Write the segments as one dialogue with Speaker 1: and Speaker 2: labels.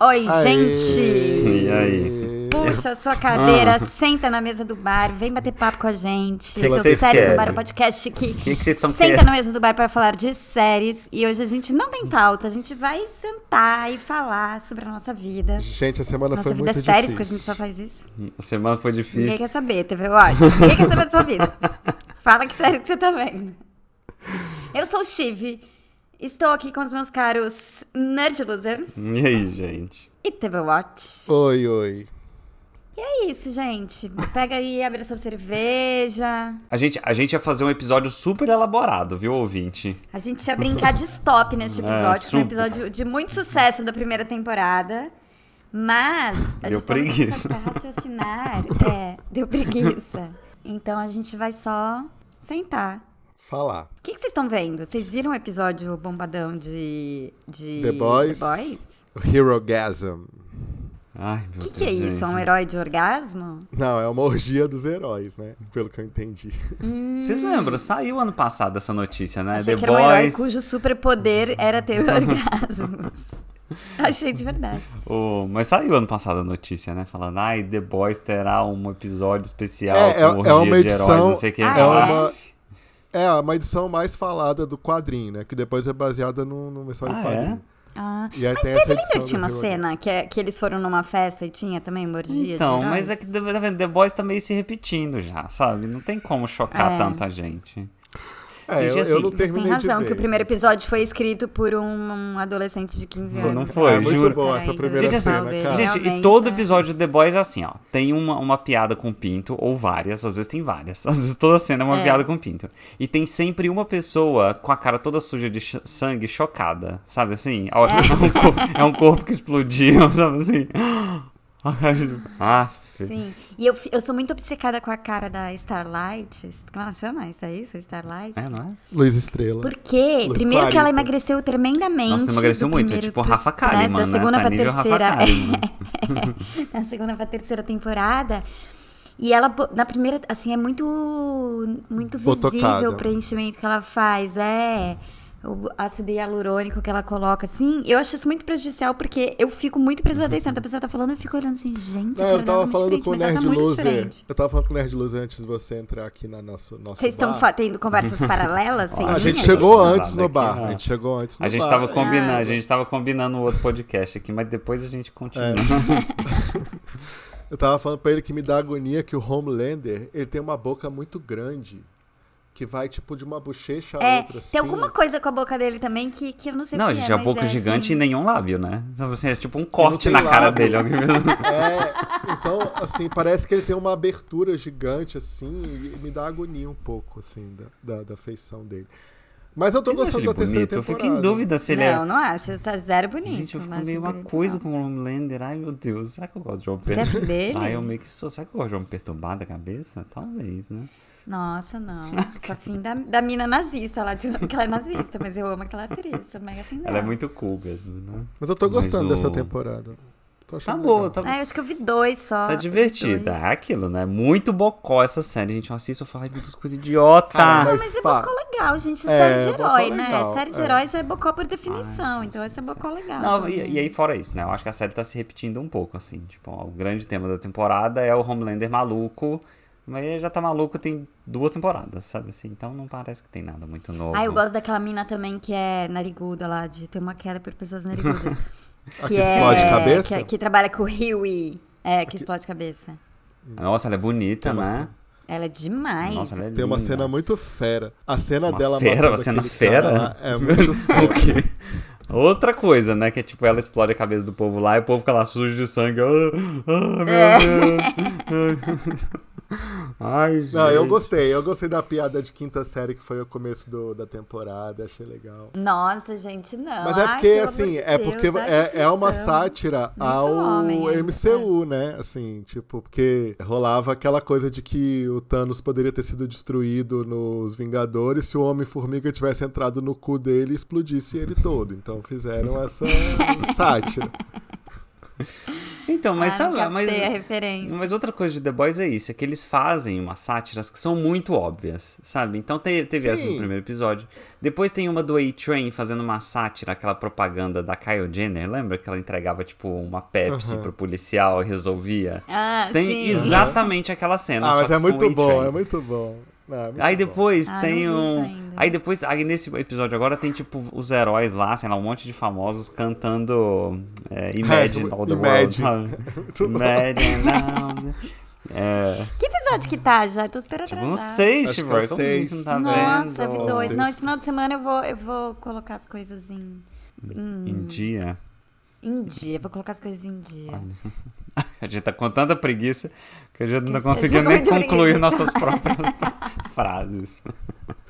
Speaker 1: Oi,
Speaker 2: Aê.
Speaker 1: gente!
Speaker 3: E aí?
Speaker 1: Puxa a sua cadeira,
Speaker 3: Ah.
Speaker 1: senta na mesa do bar, vem bater papo com a gente.
Speaker 3: Que
Speaker 1: Seu
Speaker 3: vocês
Speaker 1: Séries do
Speaker 3: querem?
Speaker 1: Bar é um podcast que,
Speaker 3: que que vocês estão
Speaker 1: senta
Speaker 3: querendo?
Speaker 1: na mesa do bar para falar de séries. E hoje a gente não tem pauta, a gente vai sentar e falar sobre a nossa vida.
Speaker 2: Gente, a semana
Speaker 1: nossa
Speaker 2: foi
Speaker 1: vida
Speaker 2: muito
Speaker 1: é
Speaker 2: difícil.
Speaker 1: séries, porque a gente só faz isso.
Speaker 3: A semana foi
Speaker 1: Ninguém
Speaker 3: difícil.
Speaker 1: quer saber, TV Watch. Ninguém quer saber da sua vida. Fala que série que você tá vendo. Eu sou o Chive, estou aqui com os meus caros Nerd Loser
Speaker 3: E aí, gente?
Speaker 1: e TV Watch.
Speaker 2: Oi, oi.
Speaker 1: É isso, gente. Pega aí, abre a sua cerveja.
Speaker 3: A gente, a gente ia fazer um episódio super elaborado, viu, ouvinte?
Speaker 1: A gente ia brincar de stop neste
Speaker 3: É,
Speaker 1: episódio. que Foi um
Speaker 3: super.
Speaker 1: episódio de muito sucesso da primeira temporada. Mas a
Speaker 3: Deu
Speaker 1: gente tava
Speaker 3: preguiça.
Speaker 1: começando a raciocinar. É, deu preguiça. Então a gente vai só sentar.
Speaker 2: Falar.
Speaker 1: O que que vocês estão vendo? Vocês viram o episódio bombadão de, de
Speaker 2: The Boys.
Speaker 1: The Boys?
Speaker 2: Herogasm.
Speaker 3: Ai, meu
Speaker 1: O que,
Speaker 3: Deus.
Speaker 1: que é isso? É um herói de orgasmo?
Speaker 2: Não, é uma orgia dos heróis, né? Pelo que eu entendi.
Speaker 3: Vocês lembram? Saiu ano passado essa notícia, né?
Speaker 1: Achei
Speaker 3: The
Speaker 1: que era um herói
Speaker 3: Boys.
Speaker 1: cujo superpoder era ter orgasmos. Achei de verdade.
Speaker 3: o- Mas saiu ano passado a notícia, né? Falando, ai, The Boys terá um episódio especial
Speaker 2: É, é-
Speaker 3: com
Speaker 2: é
Speaker 3: orgia
Speaker 2: uma
Speaker 3: de
Speaker 2: edição-
Speaker 3: heróis, não sei o que.
Speaker 1: é
Speaker 2: é
Speaker 3: lá.
Speaker 2: uma. É, uma edição mais falada do quadrinho, né? Que depois é baseada num- numa história
Speaker 3: Ah,
Speaker 2: de
Speaker 3: é?
Speaker 2: quadrinho.
Speaker 1: Ah,
Speaker 2: E aí
Speaker 1: mas
Speaker 2: tem
Speaker 1: teve,
Speaker 2: essa
Speaker 1: lembra
Speaker 2: edição
Speaker 1: que tinha
Speaker 2: do
Speaker 1: uma
Speaker 2: Hero
Speaker 1: cena que, é- que eles foram numa festa e tinha também uma orgia
Speaker 3: Então,
Speaker 1: de heróis?
Speaker 3: mas é que tá vendo, The Boys tá meio se repetindo já, sabe? Não tem como chocar
Speaker 1: É.
Speaker 3: tanta gente.
Speaker 2: É, eu,
Speaker 3: Gente,
Speaker 2: eu não
Speaker 3: assim,
Speaker 1: Vocês têm
Speaker 2: terminei
Speaker 1: razão,
Speaker 2: de ver.
Speaker 1: que o primeiro episódio foi escrito por um, um adolescente de 15
Speaker 3: Não
Speaker 1: anos. Ah,
Speaker 3: foi,
Speaker 2: é, muito
Speaker 3: juro.
Speaker 2: boa
Speaker 1: Cara,
Speaker 2: essa
Speaker 1: ainda
Speaker 2: primeira
Speaker 3: Gente, assim,
Speaker 2: cena,
Speaker 1: dele,
Speaker 2: cara.
Speaker 1: né?
Speaker 3: Gente, e
Speaker 1: Realmente,
Speaker 3: todo
Speaker 1: é.
Speaker 3: episódio do The Boys é assim, ó. Tem uma, uma piada com pinto, ou várias, às vezes tem várias. Às vezes toda cena é uma
Speaker 1: É.
Speaker 3: piada com pinto. E tem sempre uma pessoa com a cara toda suja de ch- sangue, chocada, sabe assim? Ó, É, um, corpo, é um corpo que explodiu, sabe assim? Ah,
Speaker 1: Sim. E eu, fi- eu sou muito obcecada com a cara da Starlight. Como ela chama? Isso é isso? Starlight?
Speaker 3: é, não é?
Speaker 2: Luiz Estrela.
Speaker 1: Porque,
Speaker 2: Luz
Speaker 1: primeiro que ela
Speaker 2: clarita.
Speaker 1: emagreceu tremendamente.
Speaker 3: Nossa, emagreceu
Speaker 1: do
Speaker 3: muito, é
Speaker 1: primeiro
Speaker 3: tipo
Speaker 1: pro-
Speaker 3: Rafa Kalimann,
Speaker 1: Da
Speaker 3: né?
Speaker 1: segunda
Speaker 3: Tá
Speaker 1: pra
Speaker 3: nível Rafa
Speaker 1: terceira.
Speaker 3: Kalimann.
Speaker 1: da segunda pra terceira temporada. E ela, bo- na primeira, assim, é muito, muito visível
Speaker 2: Botocada. né?
Speaker 1: o preenchimento que ela faz. É. O ácido hialurônico que ela coloca, assim. Eu acho isso muito prejudicial, porque eu fico muito prestando atenção. Então a pessoa tá falando, eu fico olhando assim, gente. a
Speaker 2: Não,
Speaker 1: cara
Speaker 2: eu
Speaker 1: dela tá
Speaker 2: tava
Speaker 1: muito
Speaker 2: falando
Speaker 1: diferente,
Speaker 2: com o
Speaker 1: mas ela tá
Speaker 2: Nerd é.
Speaker 1: muito
Speaker 2: Loser.
Speaker 1: diferente.
Speaker 2: Eu tava falando com o Nerd Loser antes de você entrar aqui na nossa nossa.
Speaker 1: Vocês estão fa- tendo conversas paralelas? sem
Speaker 3: Ó,
Speaker 2: A
Speaker 1: mim,
Speaker 2: gente
Speaker 1: é
Speaker 2: chegou
Speaker 1: isso?
Speaker 2: antes no
Speaker 3: Daqui,
Speaker 2: bar.
Speaker 3: ó.
Speaker 2: A gente chegou antes no
Speaker 3: A
Speaker 2: bar.
Speaker 3: gente tava combinando,
Speaker 1: Ah.
Speaker 3: a gente tava combinando um outro podcast aqui, mas depois a gente continua.
Speaker 2: Eu tava falando pra ele que me dá agonia que o Homelander, ele tem uma boca muito grande. Que vai, tipo, de uma bochecha a
Speaker 1: É,
Speaker 2: outra, assim.
Speaker 1: tem alguma coisa com a boca dele também que, que eu não sei o
Speaker 3: Não,
Speaker 1: que
Speaker 3: gente,
Speaker 1: é,
Speaker 3: a
Speaker 1: mas
Speaker 3: boca
Speaker 1: é
Speaker 3: um gigante e
Speaker 1: assim.
Speaker 3: nenhum lábio, né? Sabe assim, é tipo um corte
Speaker 2: tem
Speaker 3: na cara
Speaker 2: lábio.
Speaker 3: dele. alguém mesmo.
Speaker 2: É, então, assim, parece que ele tem uma abertura gigante, assim, e me dá agonia um pouco, assim, da, da, da feição dele. Mas eu tô
Speaker 3: Vocês acham
Speaker 2: gostando da terceira
Speaker 3: ele bonito? Eu
Speaker 2: temporada.
Speaker 3: fico em dúvida se ele
Speaker 1: Não,
Speaker 3: é.
Speaker 1: não acho. Isso é zero bonito. tipo,
Speaker 3: Gente, eu
Speaker 1: não
Speaker 3: fico
Speaker 1: acho
Speaker 3: meio uma
Speaker 1: bonito,
Speaker 3: coisa
Speaker 1: não.
Speaker 3: com o Homelander. Ai, meu Deus, será que eu gosto de homem
Speaker 1: Você é fã
Speaker 3: perturbado?
Speaker 1: dele?
Speaker 3: Ai, eu meio que sou. Será que eu gosto de homem perturbado da cabeça? Talvez, né?
Speaker 1: Nossa, não. Sou fim da, da mina nazista lá, de, que ela é nazista, mas eu amo aquela atriz. Sou mega fim dela.
Speaker 3: Ela é muito cool mesmo, né?
Speaker 2: Mas eu tô
Speaker 3: Mas
Speaker 2: gostando
Speaker 3: o-
Speaker 2: dessa temporada. Tô
Speaker 3: Tá
Speaker 2: achando
Speaker 3: boa,
Speaker 2: legal.
Speaker 3: tá,
Speaker 1: Ah, eu acho que eu vi dois só.
Speaker 3: tá divertida.
Speaker 1: Dois.
Speaker 3: É aquilo, né? Muito bocó essa série. Gente, eu assisto e falo, ai, meu Deus, coisa idiota.
Speaker 2: Caramba,
Speaker 1: Mas é
Speaker 2: Pá.
Speaker 1: bocó legal, gente.
Speaker 2: É,
Speaker 1: Série de
Speaker 2: bocó
Speaker 1: herói, né?
Speaker 2: legal,
Speaker 1: Série de
Speaker 2: é.
Speaker 1: herói já é bocó por definição. então essa é bocó legal.
Speaker 3: Ah, Não,
Speaker 1: também.
Speaker 3: e, e aí fora isso, né? Eu acho que a série tá se repetindo um pouco, assim. Tipo, ó, o grande tema da temporada é o Homelander maluco. Mas ele já tá maluco tem duas temporadas, sabe assim? Então não parece que tem nada muito novo.
Speaker 1: Ah, eu gosto daquela mina também que é nariguda lá, de ter uma queda por pessoas narigudas. é
Speaker 2: que explode cabeça?
Speaker 1: Que, que trabalha com o Huey. É, que explode cabeça.
Speaker 3: Nossa, ela é bonita,
Speaker 2: Tem uma
Speaker 3: né?
Speaker 2: cena-
Speaker 1: Ela é demais.
Speaker 3: Nossa, ela é
Speaker 2: Tem uma
Speaker 3: linda.
Speaker 2: cena muito fera. A cena
Speaker 3: Uma
Speaker 2: dela matando
Speaker 3: fera, uma cena
Speaker 2: aquele cara
Speaker 3: fera.
Speaker 2: lá É muito
Speaker 3: O
Speaker 2: fera.
Speaker 3: quê? Outra coisa, né? Que é tipo, ela explode a cabeça do povo lá e o povo fica lá sujo de sangue. Ah, ah, meu
Speaker 1: É.
Speaker 3: Deus. Ai, gente.
Speaker 2: Não, eu
Speaker 1: Né?
Speaker 2: gostei. Eu gostei da piada de quinta série que foi o começo do- da temporada. Achei legal.
Speaker 1: Nossa, gente, não.
Speaker 2: Mas é
Speaker 1: Ai,
Speaker 2: porque,
Speaker 1: pelo amor
Speaker 2: assim,
Speaker 1: de
Speaker 2: é
Speaker 1: Deus,
Speaker 2: porque
Speaker 1: ai, que
Speaker 2: é, é uma
Speaker 1: ficção.
Speaker 2: sátira
Speaker 1: Muito
Speaker 2: ao
Speaker 1: homem é ainda,
Speaker 2: MCU, né? Assim, tipo, porque rolava aquela coisa de que o Thanos poderia ter sido destruído nos Vingadores se o Homem-Formiga tivesse entrado no cu dele e explodisse ele todo. Então fizeram essa sátira.
Speaker 3: Então, mas
Speaker 1: ah, não
Speaker 3: sabe, mas,
Speaker 1: captei a referência.
Speaker 3: mas outra coisa de The Boys é isso, é que eles fazem umas sátiras que são muito óbvias, sabe? Então te- teve essa no
Speaker 2: Sim.
Speaker 3: primeiro episódio. Depois tem uma do A-Train fazendo uma sátira, aquela propaganda da Kyle Jenner, lembra que ela entregava tipo uma Pepsi
Speaker 2: Aham.
Speaker 3: pro policial e resolvia?
Speaker 1: Ah,
Speaker 3: Tem
Speaker 1: sim.
Speaker 3: exatamente aquela cena.
Speaker 2: Ah,
Speaker 3: só
Speaker 2: mas
Speaker 3: que
Speaker 2: é
Speaker 3: com
Speaker 2: muito
Speaker 3: A-Train.
Speaker 2: bom, é muito bom. Não, é muito
Speaker 3: Aí
Speaker 2: bom.
Speaker 3: depois
Speaker 1: Ah, não
Speaker 3: tem
Speaker 1: vi isso
Speaker 3: um.
Speaker 1: ainda.
Speaker 3: Aí depois, aí nesse episódio agora tem tipo os heróis lá, sei lá, um monte de famosos cantando é, Imagine
Speaker 2: É,
Speaker 3: All the
Speaker 2: Imagine.
Speaker 3: World. sabe? Imagine. não. É,
Speaker 1: Que episódio que tá já? Eu tô super
Speaker 3: tipo,
Speaker 1: atrasada.
Speaker 3: não sei,
Speaker 2: Acho que
Speaker 3: tipo,
Speaker 2: é o
Speaker 3: como que você não tá
Speaker 1: Nossa,
Speaker 3: vendo?
Speaker 1: vi dois.
Speaker 2: Vocês-
Speaker 1: Não, esse final de semana eu vou, eu vou colocar as coisas em, em,
Speaker 3: Em dia.
Speaker 1: em dia. Vou colocar as coisas em dia.
Speaker 3: A gente tá com tanta preguiça que a gente não
Speaker 1: Que eu
Speaker 3: conseguiu
Speaker 1: tô
Speaker 3: nem
Speaker 1: muito
Speaker 3: concluir
Speaker 1: preguiça.
Speaker 3: nossas próprias frases.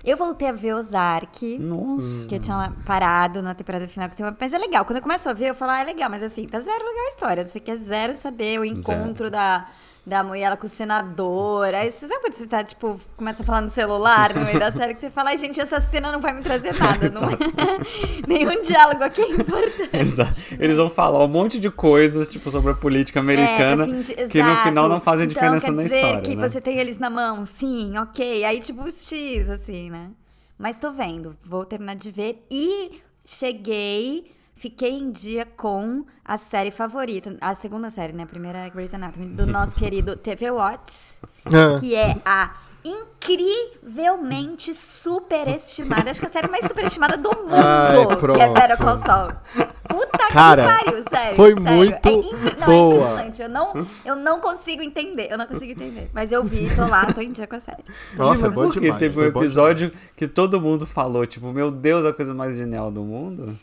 Speaker 1: Eu voltei a ver Ozark.
Speaker 3: Nossa.
Speaker 1: Que eu tinha parado na temporada final. que tem uma- Mas é legal. Quando eu começo a ver, eu falo, ah, é legal. Mas assim, tá zero legal a história. Você quer zero saber o encontro da, da mulher ela com o senador. Aí você sabe quando você tá, tipo, começa a falar no celular no meio da série, que você fala, ai, gente, essa cena não vai me trazer nada. Não... é Nenhum diálogo aqui é importante.
Speaker 3: Exato. Eles vão falar um monte de coisas, tipo, sobre a política americana,
Speaker 1: É, pra fingir-
Speaker 3: que no
Speaker 1: exato.
Speaker 3: final não fazem
Speaker 1: Então,
Speaker 3: diferença
Speaker 1: quer
Speaker 3: na
Speaker 1: dizer
Speaker 3: história.
Speaker 1: que
Speaker 3: né?
Speaker 1: você tem eles na mão, sim, ok. Aí, tipo, X, assim, né? Mas tô vendo, vou terminar de ver. E cheguei, fiquei em dia com a série favorita, a segunda série, né? A primeira é Grey's Anatomy, do nosso querido TV Watch,
Speaker 2: É.
Speaker 1: que é a incrivelmente superestimada, acho que é a série mais superestimada do mundo,
Speaker 2: Ai,
Speaker 1: que é Better
Speaker 2: pronto.
Speaker 1: Call Saul. Puta
Speaker 2: Cara,
Speaker 1: que pariu, sério.
Speaker 2: foi
Speaker 1: sério.
Speaker 2: muito
Speaker 1: é incri- não,
Speaker 2: boa.
Speaker 1: É impressionante. Eu não, eu não consigo entender. Eu não consigo entender. Mas eu vi, tô lá, tô em dia com a série.
Speaker 2: Nossa, é
Speaker 3: Mas
Speaker 2: bom
Speaker 3: por que
Speaker 2: demais.
Speaker 3: teve um
Speaker 2: foi bom
Speaker 3: episódio que todo mundo falou, tipo, meu Deus, a coisa mais genial do mundo?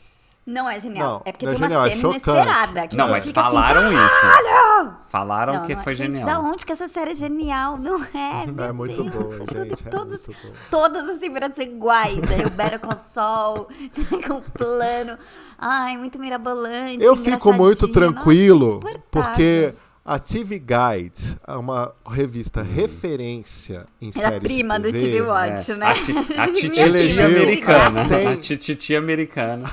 Speaker 1: Não é genial.
Speaker 2: Não,
Speaker 1: é porque
Speaker 2: não é
Speaker 1: tem uma
Speaker 2: genial, é
Speaker 1: cena
Speaker 2: chocante.
Speaker 1: inesperada. Que
Speaker 3: não,
Speaker 1: você
Speaker 3: mas
Speaker 1: fica assim,
Speaker 3: falaram isso. Falaram
Speaker 1: Não,
Speaker 3: que
Speaker 1: não é.
Speaker 3: foi
Speaker 1: gente,
Speaker 3: genial.
Speaker 1: da onde que essa série é genial? Não é, meu
Speaker 2: É muito
Speaker 1: Deus.
Speaker 2: boa,
Speaker 1: Tudo-
Speaker 2: gente, é
Speaker 1: todos-
Speaker 2: muito boa.
Speaker 1: Todas as temporadas são iguais. Aí o Better com sol, com o plano. Ai, muito mirabolante,
Speaker 2: Eu fico muito
Speaker 1: engraçadinho.
Speaker 2: tranquilo,
Speaker 1: Nossa, insuportável.
Speaker 2: porque a TV Guide é uma revista
Speaker 3: Hum.
Speaker 2: referência em séries
Speaker 1: Era
Speaker 2: de
Speaker 1: prima do
Speaker 2: TV.
Speaker 1: TV
Speaker 3: É,
Speaker 1: Watch, né?
Speaker 3: A ti- a tititi
Speaker 2: Elegeu
Speaker 3: americana.
Speaker 2: sem-
Speaker 3: A tititi americana.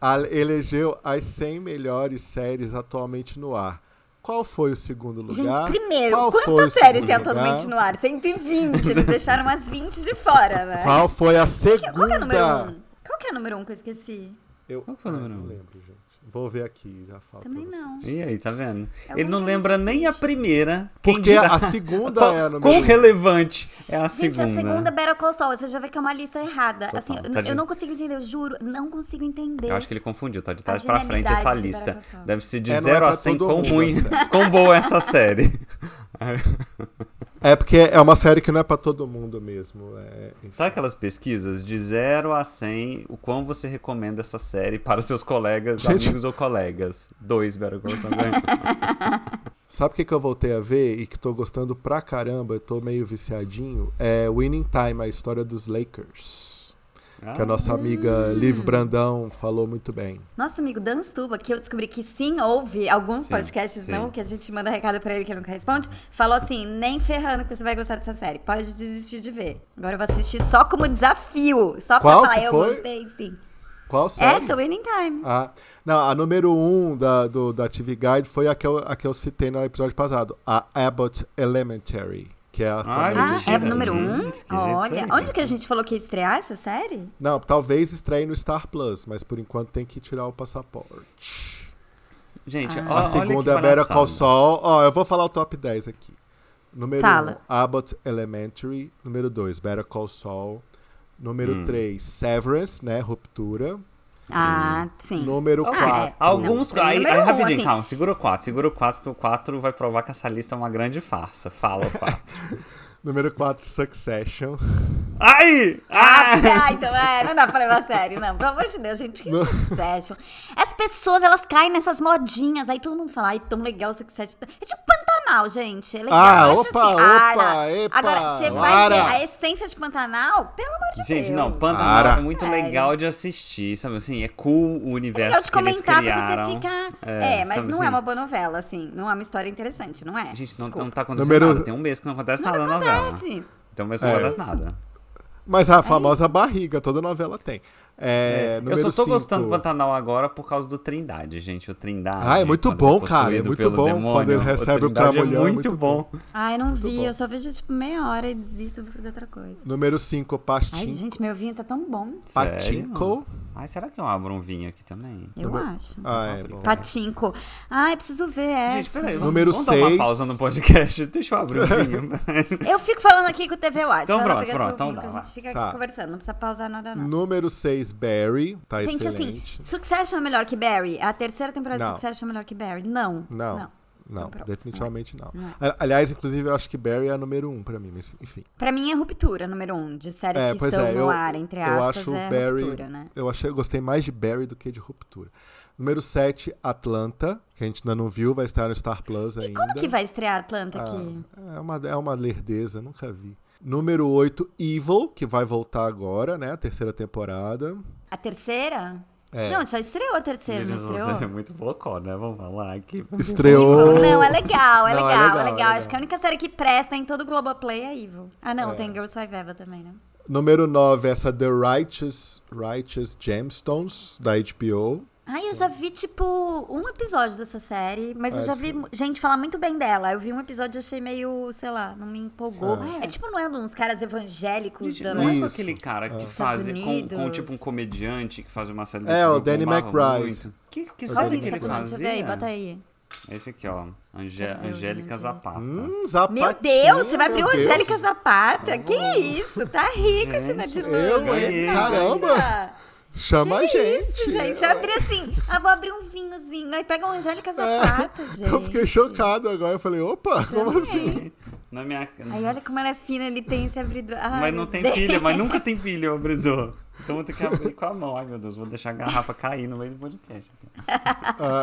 Speaker 2: A- Elegeu as 100 melhores séries atualmente no ar. Qual foi o segundo lugar?
Speaker 1: Gente, primeiro,
Speaker 2: Qual foi o
Speaker 1: quantas séries
Speaker 2: segundo
Speaker 1: tem
Speaker 2: lugar?
Speaker 1: atualmente no ar? 120, eles deixaram umas 20 de fora, né?
Speaker 2: Qual foi a segunda?
Speaker 1: Qual que é o número 1? Um? Qual que é o número 1 um que eu esqueci?
Speaker 2: Eu
Speaker 3: Qual que foi o
Speaker 2: Ai,
Speaker 3: número
Speaker 2: não
Speaker 3: um?
Speaker 2: lembro, gente. Vou ver aqui, já falo. pra
Speaker 1: Também
Speaker 2: vocês.
Speaker 1: não.
Speaker 3: E aí, tá vendo?
Speaker 1: É o
Speaker 3: Ele não
Speaker 1: único que
Speaker 3: lembra
Speaker 1: a gente
Speaker 3: nem a primeira. Quem
Speaker 2: Porque
Speaker 3: dirá-
Speaker 2: a segunda
Speaker 3: Qual-
Speaker 2: é a número
Speaker 3: Quão
Speaker 2: um.
Speaker 3: relevante é a
Speaker 1: Gente,
Speaker 3: segunda?
Speaker 1: a segunda é Better Call Saul, você já vê que é uma lista errada.
Speaker 3: Total,
Speaker 1: assim, eu-
Speaker 3: tá de-
Speaker 1: eu não consigo entender, eu juro, não consigo entender.
Speaker 3: Eu acho que ele confundiu, tá de trás
Speaker 1: A
Speaker 3: pra frente essa
Speaker 1: genialidade de
Speaker 3: lista.
Speaker 1: Better Call Saul.
Speaker 3: Deve ser de
Speaker 2: É, não é
Speaker 3: 0 a
Speaker 2: pra
Speaker 3: 100
Speaker 2: todo
Speaker 3: quão
Speaker 2: mundo,
Speaker 3: ruim,
Speaker 2: essa.
Speaker 3: quão boa é essa série.
Speaker 2: É porque é uma série que não é pra todo mundo mesmo. é, enfim.
Speaker 3: Sabe aquelas pesquisas? De 0 a 100, o quão você recomenda essa série para seus colegas,
Speaker 2: Gente.
Speaker 3: amigos ou colegas? Dois Better Call Saul ganhou.
Speaker 2: Sabe o que, que eu voltei a ver e que tô gostando pra caramba, eu tô meio viciadinho? É Winning Time, a história dos Lakers. Que a
Speaker 3: Ah,
Speaker 2: nossa amiga Liv Brandão falou muito bem.
Speaker 1: Nosso amigo Dan Stuba, que eu descobri que sim, houve alguns
Speaker 3: Sim,
Speaker 1: podcasts
Speaker 3: sim.
Speaker 1: não, que a gente manda recado pra ele que ele nunca responde, falou assim, nem ferrando que você vai gostar dessa série, pode desistir de ver. Agora eu vou assistir só como desafio, só pra
Speaker 2: Qual
Speaker 1: falar,
Speaker 2: que
Speaker 1: eu
Speaker 2: foi?
Speaker 1: gostei sim.
Speaker 2: Qual série?
Speaker 1: Essa, Winning Time.
Speaker 2: Ah, não, a número um da, do, da TV Guide foi a que, eu, a que eu citei no episódio passado, a Abbott Elementary, que é a
Speaker 3: Ai,
Speaker 2: também
Speaker 1: Ah,
Speaker 2: do-
Speaker 1: é
Speaker 3: Mentira,
Speaker 1: o número
Speaker 3: gente,
Speaker 1: um?
Speaker 3: esquisito
Speaker 1: Olha,
Speaker 3: isso aí.
Speaker 1: onde que a gente falou que ia estrear essa série?
Speaker 2: Não, talvez estreie no Star Plus, mas por enquanto tem que tirar o passaporte.
Speaker 3: Gente,
Speaker 1: Ah.
Speaker 3: ó,
Speaker 2: a
Speaker 3: olha que
Speaker 2: segunda é Better Call
Speaker 3: palhaçada.
Speaker 2: Saul. Ó, eu vou falar o top 10 aqui. Número 1, um,
Speaker 1: Fala.
Speaker 2: Abbott Elementary. Número 2, Better Call Saul.
Speaker 3: Hum.
Speaker 2: Número 3, Severance, né? Ruptura.
Speaker 3: Hum,
Speaker 1: Ah, sim.
Speaker 2: Número
Speaker 1: Ah,
Speaker 2: 4.
Speaker 1: é.
Speaker 3: Alguns.
Speaker 1: Não,
Speaker 3: aí,
Speaker 1: número
Speaker 3: aí,
Speaker 1: um,
Speaker 3: rapidinho,
Speaker 1: assim.
Speaker 3: calma, segura o 4, segura o 4, porque o 4 vai provar que essa lista é uma grande farsa. Fala o 4.
Speaker 1: É.
Speaker 2: Número 4, Succession.
Speaker 3: Ai!
Speaker 1: Ah,
Speaker 3: Ah!
Speaker 1: tá, então é, não dá pra levar a sério, não. Pelo amor de Deus, gente, que sucesso. As pessoas, elas caem nessas modinhas, aí todo mundo fala, ai, tão legal o sucesso. É tipo Pantanal, gente. É legal.
Speaker 2: Ah,
Speaker 1: mas
Speaker 2: opa,
Speaker 1: ah,
Speaker 2: opa,
Speaker 1: não.
Speaker 2: epa,
Speaker 1: Agora, você vai
Speaker 2: Lara.
Speaker 1: ver a essência de Pantanal, pelo amor de Deus.
Speaker 3: Gente, não, Pantanal
Speaker 2: Para.
Speaker 3: é muito
Speaker 1: Sério.
Speaker 3: legal de assistir, sabe assim? É cool o
Speaker 1: É
Speaker 3: universo
Speaker 1: legal de
Speaker 3: que eles
Speaker 1: comentar pra
Speaker 3: criaram.
Speaker 1: você ficar.
Speaker 3: É,
Speaker 1: É, mas
Speaker 3: sabe
Speaker 1: não
Speaker 3: assim?
Speaker 1: é uma boa novela, assim. Não é uma história interessante, não é?
Speaker 3: Gente, não, não
Speaker 1: Desculpa.
Speaker 3: tá acontecendo
Speaker 2: Número-
Speaker 3: nada. Tem um mês que não acontece nada na novela.
Speaker 1: Acontece.
Speaker 3: Tem um mês que não
Speaker 2: É.
Speaker 3: acontece nada.
Speaker 2: Mas a famosa barriga, toda novela tem. É,
Speaker 3: Eu
Speaker 2: número
Speaker 3: só tô
Speaker 2: cinco.
Speaker 3: gostando tá- do Pantanal agora por causa do Trindade, gente. O Trindade.
Speaker 2: Ah, é muito
Speaker 3: quando
Speaker 2: bom,
Speaker 3: possuído
Speaker 2: cara, é muito
Speaker 3: pelo
Speaker 2: bom
Speaker 3: demônio,
Speaker 2: quando ele recebe o
Speaker 3: Trindade
Speaker 2: trambolhão,
Speaker 3: É
Speaker 2: é
Speaker 3: muito
Speaker 2: muito
Speaker 3: bom.
Speaker 1: Ah, eu não vi,
Speaker 2: bom.
Speaker 1: eu só vejo tipo meia hora e desisto, vou fazer outra coisa.
Speaker 2: Número 5,
Speaker 1: Ai,
Speaker 2: Pachin...
Speaker 1: gente, meu vinho tá tão bom.
Speaker 3: Sério?
Speaker 2: Pachinko.
Speaker 3: Ai, será que eu abro um vinho aqui também?
Speaker 1: Eu
Speaker 2: Número-
Speaker 1: acho.
Speaker 2: Ah, é
Speaker 3: tá
Speaker 2: bom.
Speaker 1: Patinco. Ai, preciso ver é, tipo,
Speaker 3: Gente,
Speaker 1: essa.
Speaker 3: peraí,
Speaker 1: gente.
Speaker 3: vamos,
Speaker 2: Número
Speaker 3: vamos dar uma
Speaker 2: seis.
Speaker 3: pausa no podcast. Deixa eu abrir o vinho.
Speaker 1: Eu fico falando aqui com o TV Watch.
Speaker 3: Então
Speaker 1: vai lá
Speaker 3: pronto,
Speaker 1: pegar
Speaker 3: pronto,
Speaker 1: seu vinho
Speaker 3: então
Speaker 1: que
Speaker 3: dá,
Speaker 1: a gente fica
Speaker 2: Tá.
Speaker 1: aqui conversando. Não precisa pausar nada, não.
Speaker 2: Número 6, Barry. Tá
Speaker 1: Gente,
Speaker 2: excelente.
Speaker 1: assim, Succession é melhor que Barry? A terceira temporada
Speaker 2: Não.
Speaker 1: de Succession é melhor que Barry? Não.
Speaker 2: Não.
Speaker 1: Não.
Speaker 2: Não,
Speaker 1: Então pronto.
Speaker 2: definitivamente não.
Speaker 1: Não é.
Speaker 2: A- Aliás, inclusive, eu acho que Barry é a número 1 um pra mim, mas enfim.
Speaker 1: Pra mim é ruptura, número um, de séries
Speaker 2: É,
Speaker 1: que
Speaker 2: pois
Speaker 1: estão
Speaker 2: é,
Speaker 1: no
Speaker 2: eu-
Speaker 1: ar, entre
Speaker 2: eu
Speaker 1: aspas,
Speaker 2: acho
Speaker 1: é
Speaker 2: Barry-
Speaker 1: ruptura, né?
Speaker 2: Eu achei, eu gostei mais de Barry do que de Ruptura. Número 7, Atlanta, que a gente ainda não viu, vai estar no Star Plus ainda.
Speaker 1: Quando que vai estrear Atlanta aqui?
Speaker 2: É uma, é uma lerdeza, nunca vi. Número 8, Evil, que vai voltar agora, né? A terceira temporada.
Speaker 1: A terceira?
Speaker 2: É.
Speaker 1: Não, já estreou a terceira, não
Speaker 3: Gente, essa
Speaker 1: estreou?
Speaker 3: série é muito bocó, né? Vamos falar aqui.
Speaker 2: Estreou.
Speaker 1: Não, é legal, é
Speaker 2: Não, é
Speaker 1: legal, é legal.
Speaker 2: legal, é
Speaker 1: Acho
Speaker 2: legal.
Speaker 1: que a única série que presta em todo o Globoplay é Evil. Ah, não,
Speaker 2: É.
Speaker 1: tem Girls Five Eva também, né?
Speaker 2: Número 9, essa The Righteous, Righteous Gemstones, da HBO.
Speaker 1: Ai, eu já vi, tipo, um episódio dessa série, mas eu
Speaker 2: É,
Speaker 1: já vi mu- gente falar muito bem dela. Eu vi um episódio e achei meio, sei lá, não me empolgou.
Speaker 2: Ah,
Speaker 1: É tipo, não é de uns caras evangélicos
Speaker 3: Gente,
Speaker 1: dando.
Speaker 3: não é com
Speaker 2: Isso.
Speaker 3: aquele cara que
Speaker 1: né? Estados
Speaker 3: faz com, com,
Speaker 1: Unidos.
Speaker 3: tipo um comediante que faz uma série
Speaker 2: É,
Speaker 3: que
Speaker 2: o
Speaker 3: eu
Speaker 2: Danny
Speaker 3: bombava
Speaker 2: McBride.
Speaker 3: muito? Que, que
Speaker 1: Olha
Speaker 3: série
Speaker 1: isso,
Speaker 3: que ele
Speaker 1: Fernando, deixa eu ver aí, bota
Speaker 3: fazia?
Speaker 1: aí.
Speaker 3: Esse aqui, ó. Ange-
Speaker 1: Quero ver o
Speaker 3: Angélica
Speaker 1: link.
Speaker 3: Zapata.
Speaker 2: Hum, Zapatinha,
Speaker 1: Meu Deus, você vai abrir
Speaker 2: meu
Speaker 1: o
Speaker 2: Deus.
Speaker 1: Angélica Zapata? Que isso? Tá rico esse
Speaker 3: Gente,
Speaker 1: de luz.
Speaker 2: eu,
Speaker 3: hein?
Speaker 1: Nossa!
Speaker 2: Caramba! Chama
Speaker 1: Que
Speaker 2: a gente.
Speaker 1: isso, gente?
Speaker 2: Eu-
Speaker 1: Vai abrir assim. Ah, vou abrir um vinhozinho. Aí pega um Angélica Zapata, gente.
Speaker 2: É,
Speaker 1: é."
Speaker 2: Eu fiquei chocado agora. Eu falei, opa, como assim?
Speaker 3: Na minha...
Speaker 1: Aí olha como ela é fina, ele tem esse abridor. Ai,
Speaker 3: Mas
Speaker 1: meu
Speaker 3: não tem
Speaker 1: Deus.
Speaker 3: pilha, mas nunca tem pilha o abridor. Então vou ter que abrir com a mão. Ai, meu Deus, vou deixar a garrafa cair no meio do podcast.
Speaker 2: Ah,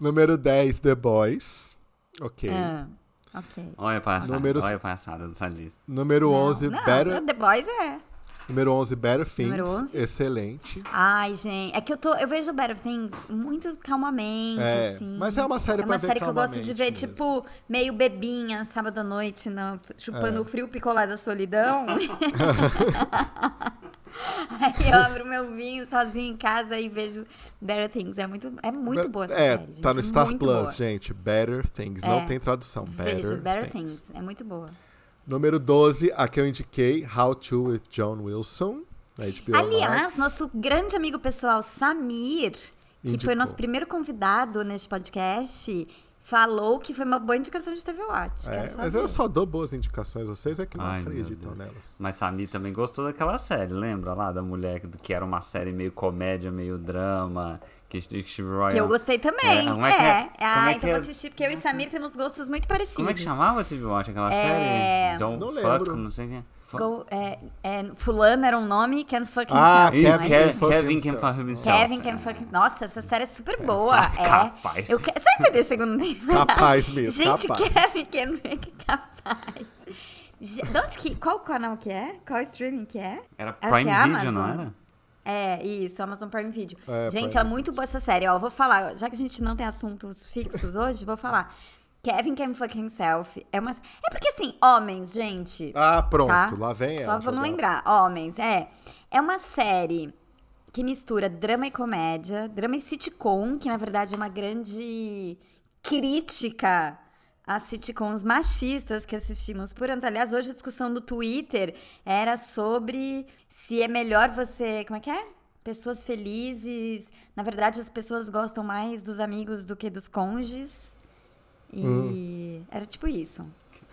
Speaker 2: número 10, The Boys. Ok.
Speaker 1: Ah, ok.
Speaker 3: Olha a palhaçada,
Speaker 2: Número-
Speaker 3: olha a palhaçada dessa lista.
Speaker 2: Número 11,
Speaker 1: não,
Speaker 2: Better.
Speaker 1: The Boys é.
Speaker 2: Número 11, Better Things.
Speaker 1: Número 11?
Speaker 2: Excelente.
Speaker 1: Ai, gente. É que eu tô. Eu vejo Better Things muito calmamente,
Speaker 2: É,
Speaker 1: assim.
Speaker 2: mas é uma série
Speaker 1: É
Speaker 2: pra
Speaker 1: uma
Speaker 2: ver
Speaker 1: série que eu gosto de
Speaker 2: calmamente
Speaker 1: ver,
Speaker 2: mesmo. É.
Speaker 1: tipo, meio bebinha, sábado à noite, na- chupando o frio picolé da solidão. Aí eu abro meu vinho sozinha em casa e vejo Better Things. É muito, é muito boa essa
Speaker 2: É,
Speaker 1: série, gente.
Speaker 2: tá no Star
Speaker 1: muito
Speaker 2: Plus,
Speaker 1: boa.
Speaker 2: gente. Better Things.
Speaker 1: É.
Speaker 2: Não tem tradução. Better,
Speaker 1: Vejo Better
Speaker 2: Things.
Speaker 1: Things. É muito boa.
Speaker 2: Número 12, a que eu indiquei, How to with John Wilson. Na HBO
Speaker 1: Aliás,
Speaker 2: Max.
Speaker 1: nosso grande amigo pessoal Samir, que
Speaker 2: Indicou.
Speaker 1: foi nosso primeiro convidado neste podcast, falou que foi uma boa indicação de TV Watch.
Speaker 2: É,
Speaker 1: Quero só
Speaker 2: mas
Speaker 1: ver.
Speaker 2: eu só dou boas indicações, vocês é que não
Speaker 3: Ai, meu
Speaker 2: acreditam
Speaker 3: Deus.
Speaker 2: nelas.
Speaker 3: Mas Sami também gostou daquela série, lembra lá? Da mulher que, que era uma série meio comédia, meio drama. Que Steve Roy.
Speaker 1: Que eu gostei também.
Speaker 3: É,
Speaker 1: É,
Speaker 3: como é que é? Como
Speaker 1: Ah,
Speaker 3: é
Speaker 1: então
Speaker 3: que é?
Speaker 1: vou assistir, porque eu e Samir temos gostos muito parecidos.
Speaker 3: Como é que chamava TV Watch aquela
Speaker 1: É,
Speaker 3: série? Don't
Speaker 2: Não
Speaker 3: fuck,
Speaker 2: lembro.
Speaker 3: não sei o que. Fu-
Speaker 1: Go- é, é, fulano era um nome, Can Fuck
Speaker 2: Ah,
Speaker 1: Himself.
Speaker 3: Isso,
Speaker 1: não é
Speaker 2: Kevin
Speaker 1: isso?
Speaker 3: Kevin,
Speaker 2: Can Fuck
Speaker 3: Kevin Can
Speaker 2: Himself.
Speaker 3: Fuck Himself.
Speaker 1: Kevin Can Fuck Nossa, essa série é super boa. É.
Speaker 3: capaz.
Speaker 1: Eu que... Será que vai ter segundo tempo?
Speaker 2: Capaz mesmo,
Speaker 1: Gente,
Speaker 2: capaz.
Speaker 1: Kevin Can Fuck Capaz. Je- De onde que... Qual canal que é? Qual streaming que é?
Speaker 3: Era
Speaker 1: Acho
Speaker 3: Prime
Speaker 1: que é
Speaker 3: Video, não
Speaker 1: Amazon.
Speaker 3: era?
Speaker 1: É, isso, Amazon Prime Video.
Speaker 2: É,
Speaker 1: gente,
Speaker 2: Prime
Speaker 1: é muito boa essa série. Ó, eu vou falar, já que a gente não tem assuntos fixos hoje, vou falar. Kevin Can Fuck Himself é uma... É porque, assim, homens, gente...
Speaker 2: Ah, pronto,
Speaker 1: tá?
Speaker 2: lá vem
Speaker 1: Só
Speaker 2: ela.
Speaker 1: vamos
Speaker 2: jogar.
Speaker 1: lembrar. Homens, é. É uma série que mistura drama e comédia, drama e sitcom, que na verdade é uma grande crítica às sitcoms machistas que assistimos por anos. Aliás, hoje a discussão do Twitter era sobre se é melhor você. Como é que é? Pessoas felizes. Na verdade, as pessoas gostam mais dos amigos do que dos conges. E era tipo isso.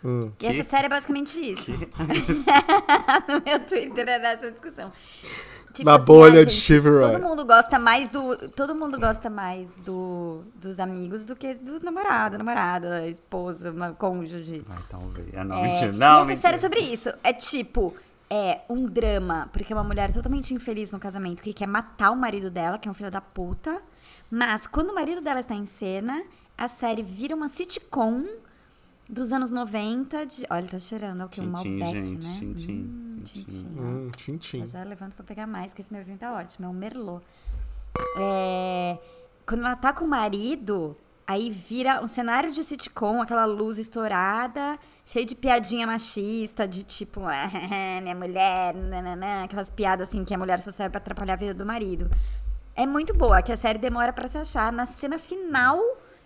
Speaker 2: Hum.
Speaker 1: E essa série é basicamente isso. no meu Twitter era essa discussão. Tipo
Speaker 2: Na
Speaker 1: assim,
Speaker 2: bolha
Speaker 1: ah,
Speaker 2: de
Speaker 1: gente,
Speaker 2: Steve Ray.
Speaker 1: Todo mundo gosta mais do. Todo mundo gosta mais do, dos amigos do que do namorado, namorada, esposa, ma- cônjuge.
Speaker 3: Ai, talvez. Ah, não,
Speaker 1: É,
Speaker 3: mentira.
Speaker 1: e
Speaker 3: Não,
Speaker 1: essa
Speaker 3: mentira.
Speaker 1: série é sobre isso. É tipo, é um drama, porque é uma mulher totalmente infeliz no casamento que quer matar o marido dela, que é um filho da puta. Mas quando o marido dela está em cena, a série vira uma sitcom dos anos 90 de. Olha, ele tá cheirando, é o que? Um
Speaker 3: Tchim, tchim,
Speaker 1: Malbec,
Speaker 3: gente,
Speaker 1: né?
Speaker 3: tchim, tchim,
Speaker 1: Hum, tchim,
Speaker 3: tchim, tchim.
Speaker 1: tchim.
Speaker 2: Hum, tchim, tchim.
Speaker 1: Eu já levanto pra pegar mais, que esse meu vinho tá ótimo. É um Merlot. É, Quando ela tá com o marido, Aí vira um cenário de sitcom, aquela luz estourada, cheio de piadinha machista, de tipo, minha mulher, nananã, aquelas piadas assim que a mulher só serve pra atrapalhar a vida do marido. É muito boa, que a série demora pra se achar. Na cena final,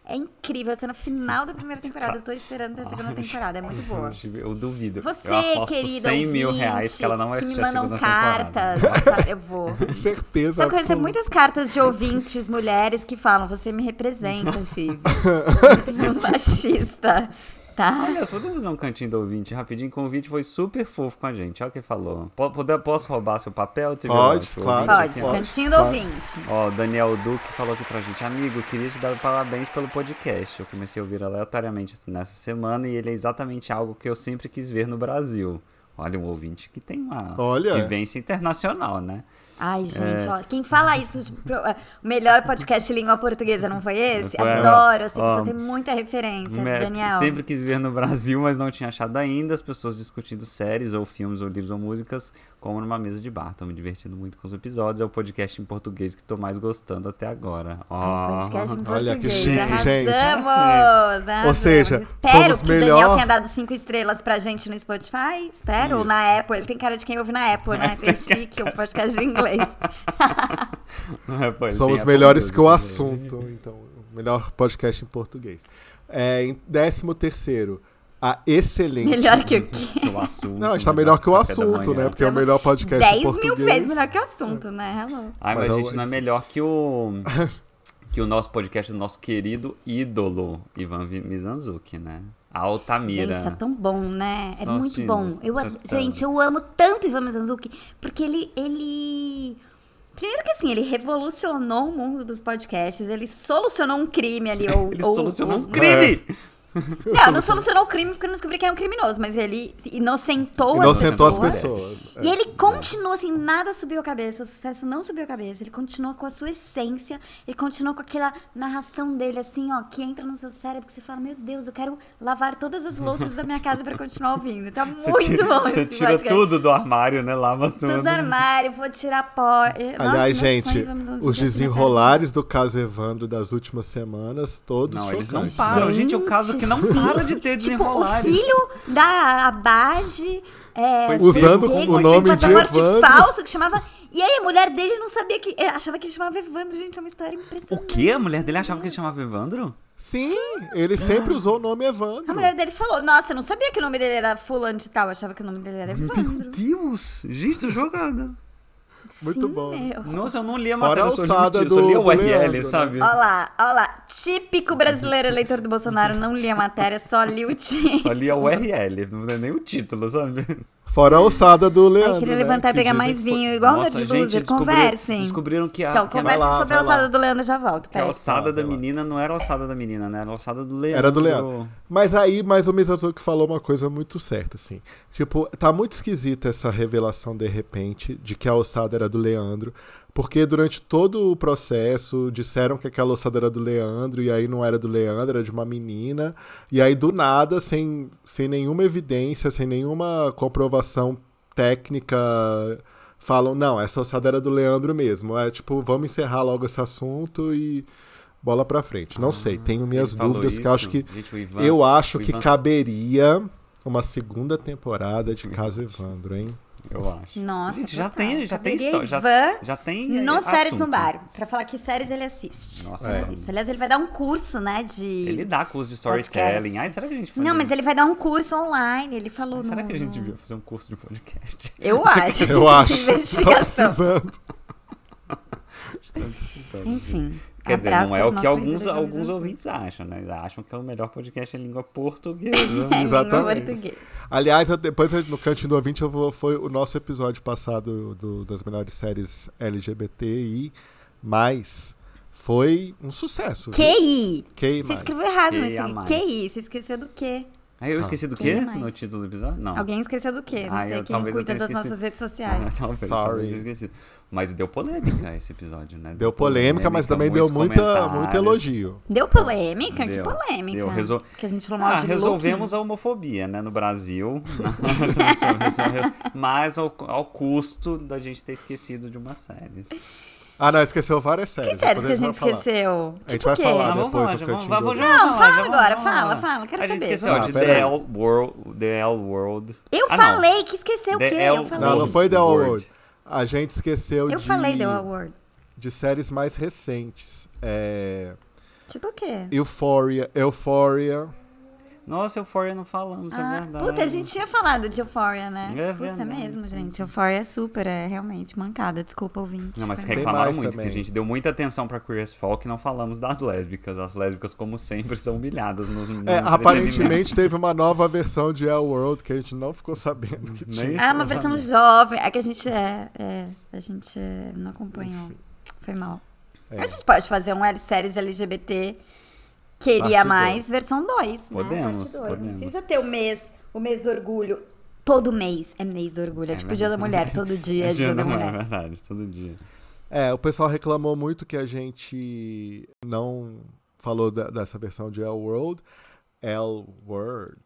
Speaker 1: é incrível. A cena final da primeira temporada, eu tô esperando da segunda temporada, é muito boa.
Speaker 3: Eu duvido.
Speaker 1: Você,
Speaker 3: eu aposto
Speaker 1: querido
Speaker 3: 100 mil
Speaker 1: ouvinte,
Speaker 3: reais que ela não vai
Speaker 1: que me
Speaker 3: assistir a
Speaker 1: mandam
Speaker 3: segunda
Speaker 1: cartas,
Speaker 3: temporada.
Speaker 1: tá? eu vou.
Speaker 2: Certeza.
Speaker 1: Só que eu recebo
Speaker 2: absoluta.
Speaker 1: muitas cartas de ouvintes, mulheres, que falam: Você me representa, Chico. Esse mundo machista. Tá?
Speaker 3: Aliás, podemos fazer um cantinho do ouvinte rapidinho? Que o ouvinte foi super fofo com a gente. Olha o que falou. Po- poder- Posso roubar seu papel? Te
Speaker 2: Pode,
Speaker 3: virar,
Speaker 2: claro.
Speaker 3: ouvinte
Speaker 1: Pode,
Speaker 3: aqui, ó.
Speaker 2: Pode,
Speaker 1: cantinho do
Speaker 2: pode.
Speaker 1: ouvinte.
Speaker 3: Ó, o Daniel Duque falou aqui pra gente, amigo, queria te dar parabéns pelo podcast. Eu comecei a ouvir aleatoriamente nessa semana e ele é exatamente algo que eu sempre quis ver no Brasil. Olha, um ouvinte que tem uma
Speaker 2: Olha.
Speaker 3: vivência internacional, né?
Speaker 1: Ai, gente, ó, quem fala isso, tipo, pro- é, o melhor podcast em língua portuguesa, não foi esse?
Speaker 3: Foi, ó,
Speaker 1: Adoro, assim,
Speaker 3: ó,
Speaker 1: você tem muita referência,
Speaker 3: Me-
Speaker 1: Daniel.
Speaker 3: Sempre quis ver no Brasil, mas não tinha achado ainda. As pessoas discutindo séries, ou filmes, ou livros, ou músicas, como numa mesa de bar. Tô me divertindo muito com os episódios. É o podcast em português que tô mais gostando até agora. Ó.
Speaker 1: É um Podcast em português.
Speaker 2: Olha que chique,
Speaker 1: arrasamos,
Speaker 2: gente.
Speaker 1: arrasamos.
Speaker 2: Ou seja,
Speaker 1: espero
Speaker 2: somos
Speaker 1: que o
Speaker 2: melhor-
Speaker 1: Daniel tenha dado cinco estrelas pra gente no Spotify. Espero. Ou na Apple. Ele tem cara de quem ouve na Apple, né? Tem chique o podcast de inglês.
Speaker 3: Pô, ele
Speaker 2: Somos
Speaker 3: É, tem a
Speaker 2: melhores
Speaker 3: ponta
Speaker 2: que o
Speaker 3: do-
Speaker 2: assunto, então. o Melhor podcast em português. É, em décimo terceiro, a excelente.
Speaker 1: Melhor que o quê?
Speaker 3: que o assunto. né?
Speaker 2: Não, está melhor que o
Speaker 3: café da
Speaker 2: assunto,
Speaker 3: manhã.
Speaker 2: né? Porque é o melhor podcast em
Speaker 1: 10 mil
Speaker 2: português.
Speaker 1: vezes melhor que o assunto, né? Hello.
Speaker 3: Ai, mas,
Speaker 2: Mas é
Speaker 3: gente,
Speaker 2: o-
Speaker 3: não é melhor que o. Que o nosso podcast do nosso querido ídolo, Ivan Vi- Mizanzuki, né? A Altamira.
Speaker 1: Gente, tá tão bom, né? É
Speaker 3: Só
Speaker 1: muito
Speaker 3: assim,
Speaker 1: bom. Eu, ad-
Speaker 3: só esperando.
Speaker 1: gente, eu amo tanto Ivan Mizanzuki, porque ele, ele. Primeiro que assim, ele revolucionou o mundo dos podcasts, ele solucionou um crime ali. Ou,
Speaker 3: Ele
Speaker 1: ou-
Speaker 3: solucionou um
Speaker 1: ou-
Speaker 2: É.
Speaker 3: crime!
Speaker 1: Não, não solucionou o crime porque não descobri quem é um criminoso, mas ele inocentou,
Speaker 2: Inocentou
Speaker 1: as
Speaker 2: as
Speaker 1: pessoas.
Speaker 2: pessoas.
Speaker 1: E ele continua assim, nada subiu a cabeça, o sucesso não subiu a cabeça. Ele continua com a sua essência, ele continua com aquela narração dele, assim, ó, que entra no seu cérebro, que você fala, meu Deus, eu quero lavar todas as louças da minha casa pra continuar ouvindo. Tá muito
Speaker 3: Você tira,
Speaker 1: bom
Speaker 3: você
Speaker 1: esse
Speaker 3: tira
Speaker 1: podcast.
Speaker 3: tudo do armário, né? Lava tudo.
Speaker 1: Tudo do armário, vou tirar pó. E- Nossa,
Speaker 2: Aliás,
Speaker 1: meu
Speaker 2: gente,
Speaker 1: sonho, vamos aos
Speaker 2: os
Speaker 1: dias
Speaker 2: desenrolares do caso Evandro das últimas semanas, todos
Speaker 3: Não, eles não
Speaker 2: chocantes.
Speaker 3: param. Gente, é um caso que não
Speaker 1: Gente,
Speaker 3: para de ter
Speaker 1: Tipo, o
Speaker 3: desenrolares.
Speaker 1: filho da Abage. É,
Speaker 3: Foi Usando
Speaker 1: pego
Speaker 3: o
Speaker 1: com
Speaker 3: nome
Speaker 1: um
Speaker 3: de
Speaker 1: passaporte
Speaker 2: Evandro.
Speaker 1: falso que chamava. E aí, a mulher dele não sabia que. é, Achava que ele chamava Evandro, gente. É uma história
Speaker 3: O
Speaker 1: impressionante.
Speaker 3: quê? A mulher dele achava que ele chamava Evandro?
Speaker 2: Sim, ele sempre usou o nome Evandro.
Speaker 1: A mulher dele falou: Nossa, eu não sabia que o nome dele era Fulano de Tal. eu Achava que o nome dele era Evandro.
Speaker 3: Deus! Gente, tô jogada.
Speaker 2: Muito
Speaker 1: Sim,
Speaker 2: bom.
Speaker 1: meu.
Speaker 3: Nossa, eu não li a
Speaker 2: Fora
Speaker 3: matéria
Speaker 2: a
Speaker 3: sobre
Speaker 2: alçada
Speaker 3: isso. Eu
Speaker 2: do-
Speaker 3: li a
Speaker 2: do Leandro,
Speaker 3: URL,
Speaker 2: né?
Speaker 3: sabe?
Speaker 1: Olha lá, olha lá. Típico brasileiro eleitor do Bolsonaro. Não li a matéria, só li o
Speaker 3: Só
Speaker 1: título.
Speaker 3: li a URL, não é nem o título, sabe?
Speaker 2: Fora a ossada do Leandro.
Speaker 1: Eu queria
Speaker 2: né,
Speaker 1: levantar e
Speaker 2: que
Speaker 1: pegar
Speaker 2: dizem
Speaker 1: mais
Speaker 2: que foi-
Speaker 1: vinho, igual
Speaker 3: Nossa,
Speaker 1: o Nerd
Speaker 3: gente,
Speaker 1: Loser.
Speaker 3: descobriu-
Speaker 1: Conversem.
Speaker 3: Descobriram que a,
Speaker 1: Então,
Speaker 3: que a-
Speaker 1: conversem
Speaker 2: Vai lá,
Speaker 1: sobre a
Speaker 2: vai lá.
Speaker 1: alçada do Leandro, já volto.
Speaker 3: que a
Speaker 1: peraí.
Speaker 3: alçada da
Speaker 2: Vai lá.
Speaker 3: menina não era a alçada da menina, né? Era a alçada do Leandro.
Speaker 2: Era do Leandro. Mas aí, mas o Misazuki falou uma coisa muito certa, assim. Tipo, tá muito esquisita essa revelação de repente de que a ossada era do Leandro, porque durante todo o processo disseram que aquela ossada era do Leandro e aí não era do Leandro, era de uma menina. E aí do nada, sem, sem nenhuma evidência, sem nenhuma comprovação técnica, falam, não, essa ossada era do Leandro mesmo. É tipo, vamos encerrar logo esse assunto e bola pra frente. Não sei, tenho minhas
Speaker 3: Ah, Ele falou
Speaker 2: dúvidas que eu acho
Speaker 3: isso?
Speaker 2: que
Speaker 3: Gente, o Ivan-
Speaker 2: eu acho
Speaker 3: o
Speaker 2: que
Speaker 3: Ivan-
Speaker 2: caberia uma segunda temporada de Caso Evandro, hein?
Speaker 3: Eu acho.
Speaker 1: Nossa,
Speaker 3: Gente, já
Speaker 1: total.
Speaker 3: tem, já tem
Speaker 1: Caberia
Speaker 3: história. Já,
Speaker 1: Ivan
Speaker 3: já tem. eh,
Speaker 1: No Séries no
Speaker 3: assunto.
Speaker 1: Bar, pra falar que séries ele assiste.
Speaker 3: Nossa,
Speaker 1: ele
Speaker 3: é.
Speaker 1: assiste. Aliás, ele vai dar um curso, né, de...
Speaker 3: Ele dá curso de
Speaker 1: Podcast.
Speaker 3: storytelling. Ai, será que a gente faz
Speaker 1: Não,
Speaker 3: um-
Speaker 1: mas ele vai dar um curso online, ele falou
Speaker 3: Será
Speaker 1: no-
Speaker 3: que a gente
Speaker 1: no-
Speaker 3: devia fazer um curso de podcast?
Speaker 1: Eu acho, de,
Speaker 2: Eu acho.
Speaker 1: de
Speaker 2: Tá
Speaker 1: investigação.
Speaker 2: precisando.
Speaker 3: tá
Speaker 1: Enfim,
Speaker 3: Quer dizer,
Speaker 1: abraço
Speaker 3: não é
Speaker 1: pro
Speaker 3: o que
Speaker 1: nosso
Speaker 3: alguns,
Speaker 1: editor de
Speaker 3: alguns
Speaker 1: avisação.
Speaker 3: ouvintes acham, né? Eles Acham que é o melhor podcast em língua portuguesa.
Speaker 1: É,
Speaker 2: Exatamente.
Speaker 1: Exatamente. português.
Speaker 2: Aliás, eu- depois eu- no Cantinho do Ouvinte eu vou, foi o nosso episódio passado do- das melhores séries LGBTI, mas foi um sucesso. viu?
Speaker 1: QI.
Speaker 2: Quem
Speaker 1: Você
Speaker 2: mais?
Speaker 1: escreveu errado,
Speaker 3: QI a
Speaker 1: mas
Speaker 3: mais.
Speaker 1: QI, você esqueceu do quê?
Speaker 3: Aí ah, eu esqueci do
Speaker 1: Quem
Speaker 3: quê
Speaker 1: mais?
Speaker 3: no título do episódio? Não.
Speaker 1: Alguém esqueceu do quê? Não
Speaker 3: Ah,
Speaker 1: sei
Speaker 3: eu-
Speaker 1: quem
Speaker 3: talvez eu
Speaker 1: cuida
Speaker 3: tenha
Speaker 1: das
Speaker 3: esquecido.
Speaker 1: nossas redes
Speaker 3: Ah,
Speaker 1: sociais.
Speaker 3: talvez,
Speaker 2: Sorry.
Speaker 3: talvez eu esqueci. Mas deu polêmica esse episódio, né?
Speaker 2: Deu polêmica, mas também deu
Speaker 3: muitos
Speaker 2: muita,
Speaker 3: comentários.
Speaker 2: muito elogio.
Speaker 1: Deu polêmica? que
Speaker 3: Deu,
Speaker 1: polêmica?
Speaker 3: deu. Resol-
Speaker 1: Que a gente falou mal
Speaker 3: Ah,
Speaker 1: de
Speaker 3: resolvemos a homofobia, né, no Brasil. mas ao, ao custo da gente ter esquecido de uma série.
Speaker 2: Ah, não, esqueceu várias séries.
Speaker 1: Que séries
Speaker 2: depois
Speaker 1: que a
Speaker 2: eles vão
Speaker 1: gente
Speaker 2: falar.
Speaker 1: esqueceu?
Speaker 2: A gente
Speaker 1: Tipo o
Speaker 2: vai
Speaker 1: quê?
Speaker 2: falar,
Speaker 3: Ah,
Speaker 2: né?
Speaker 3: vamos
Speaker 2: depois
Speaker 3: falar,
Speaker 2: do
Speaker 3: já vamos,
Speaker 2: Cantinho
Speaker 3: vamos
Speaker 2: do
Speaker 3: já
Speaker 1: Não,
Speaker 3: vamos falar,
Speaker 1: fala
Speaker 3: já vamos
Speaker 1: agora,
Speaker 3: falar.
Speaker 1: fala, fala, quero
Speaker 3: a gente
Speaker 1: saber.
Speaker 3: esqueceu
Speaker 2: Ah,
Speaker 3: de
Speaker 2: peraí.
Speaker 3: The L World. The L World.
Speaker 1: Eu
Speaker 3: Ah, não.
Speaker 1: falei que esqueceu o
Speaker 3: The
Speaker 1: quê?
Speaker 3: L-
Speaker 1: Eu falei.
Speaker 2: Não, não foi The
Speaker 3: Word.
Speaker 2: Award. A gente esqueceu
Speaker 1: Eu
Speaker 2: de,
Speaker 1: falei The Award.
Speaker 2: de séries mais recentes. É...
Speaker 1: Tipo o quê?
Speaker 2: Euphoria, Euphoria.
Speaker 3: Nossa, Euphoria não falamos, é
Speaker 1: Ah,
Speaker 3: verdade.
Speaker 1: puta, a gente tinha falado de Euphoria, né?
Speaker 3: É
Speaker 1: puta,
Speaker 3: verdade.
Speaker 1: mesmo, gente. Euphoria é super, é realmente mancada. Desculpa, ouvinte.
Speaker 3: Não, mas é
Speaker 1: Foi-
Speaker 3: reclamaram
Speaker 2: mais
Speaker 3: muito, que a
Speaker 2: também.
Speaker 3: gente deu muita atenção pra Queer as Folk e não falamos das lésbicas. As lésbicas, como sempre, são humilhadas nos nos
Speaker 2: É,
Speaker 3: entretenimento.
Speaker 2: aparentemente teve uma nova versão de El World que a gente não ficou sabendo que
Speaker 3: Nem
Speaker 2: tinha.
Speaker 1: Ah, uma versão jovem. É que a gente é. é, a gente é, não acompanhou. Foi mal.
Speaker 2: É.
Speaker 1: A gente pode fazer um L- séries LGBT Queria
Speaker 2: Parte
Speaker 1: Mais, versão 2.
Speaker 3: Podemos,
Speaker 1: né? Parte dois.
Speaker 3: podemos.
Speaker 1: Não precisa ter o mês, o mês do orgulho. Todo mês é mês do orgulho. É, tipo o Dia da Mulher, todo dia é Dia da
Speaker 3: não, é
Speaker 1: Mulher.
Speaker 3: verdade, todo dia.
Speaker 2: É, o pessoal reclamou muito que a gente não falou da- dessa versão de El World. El World.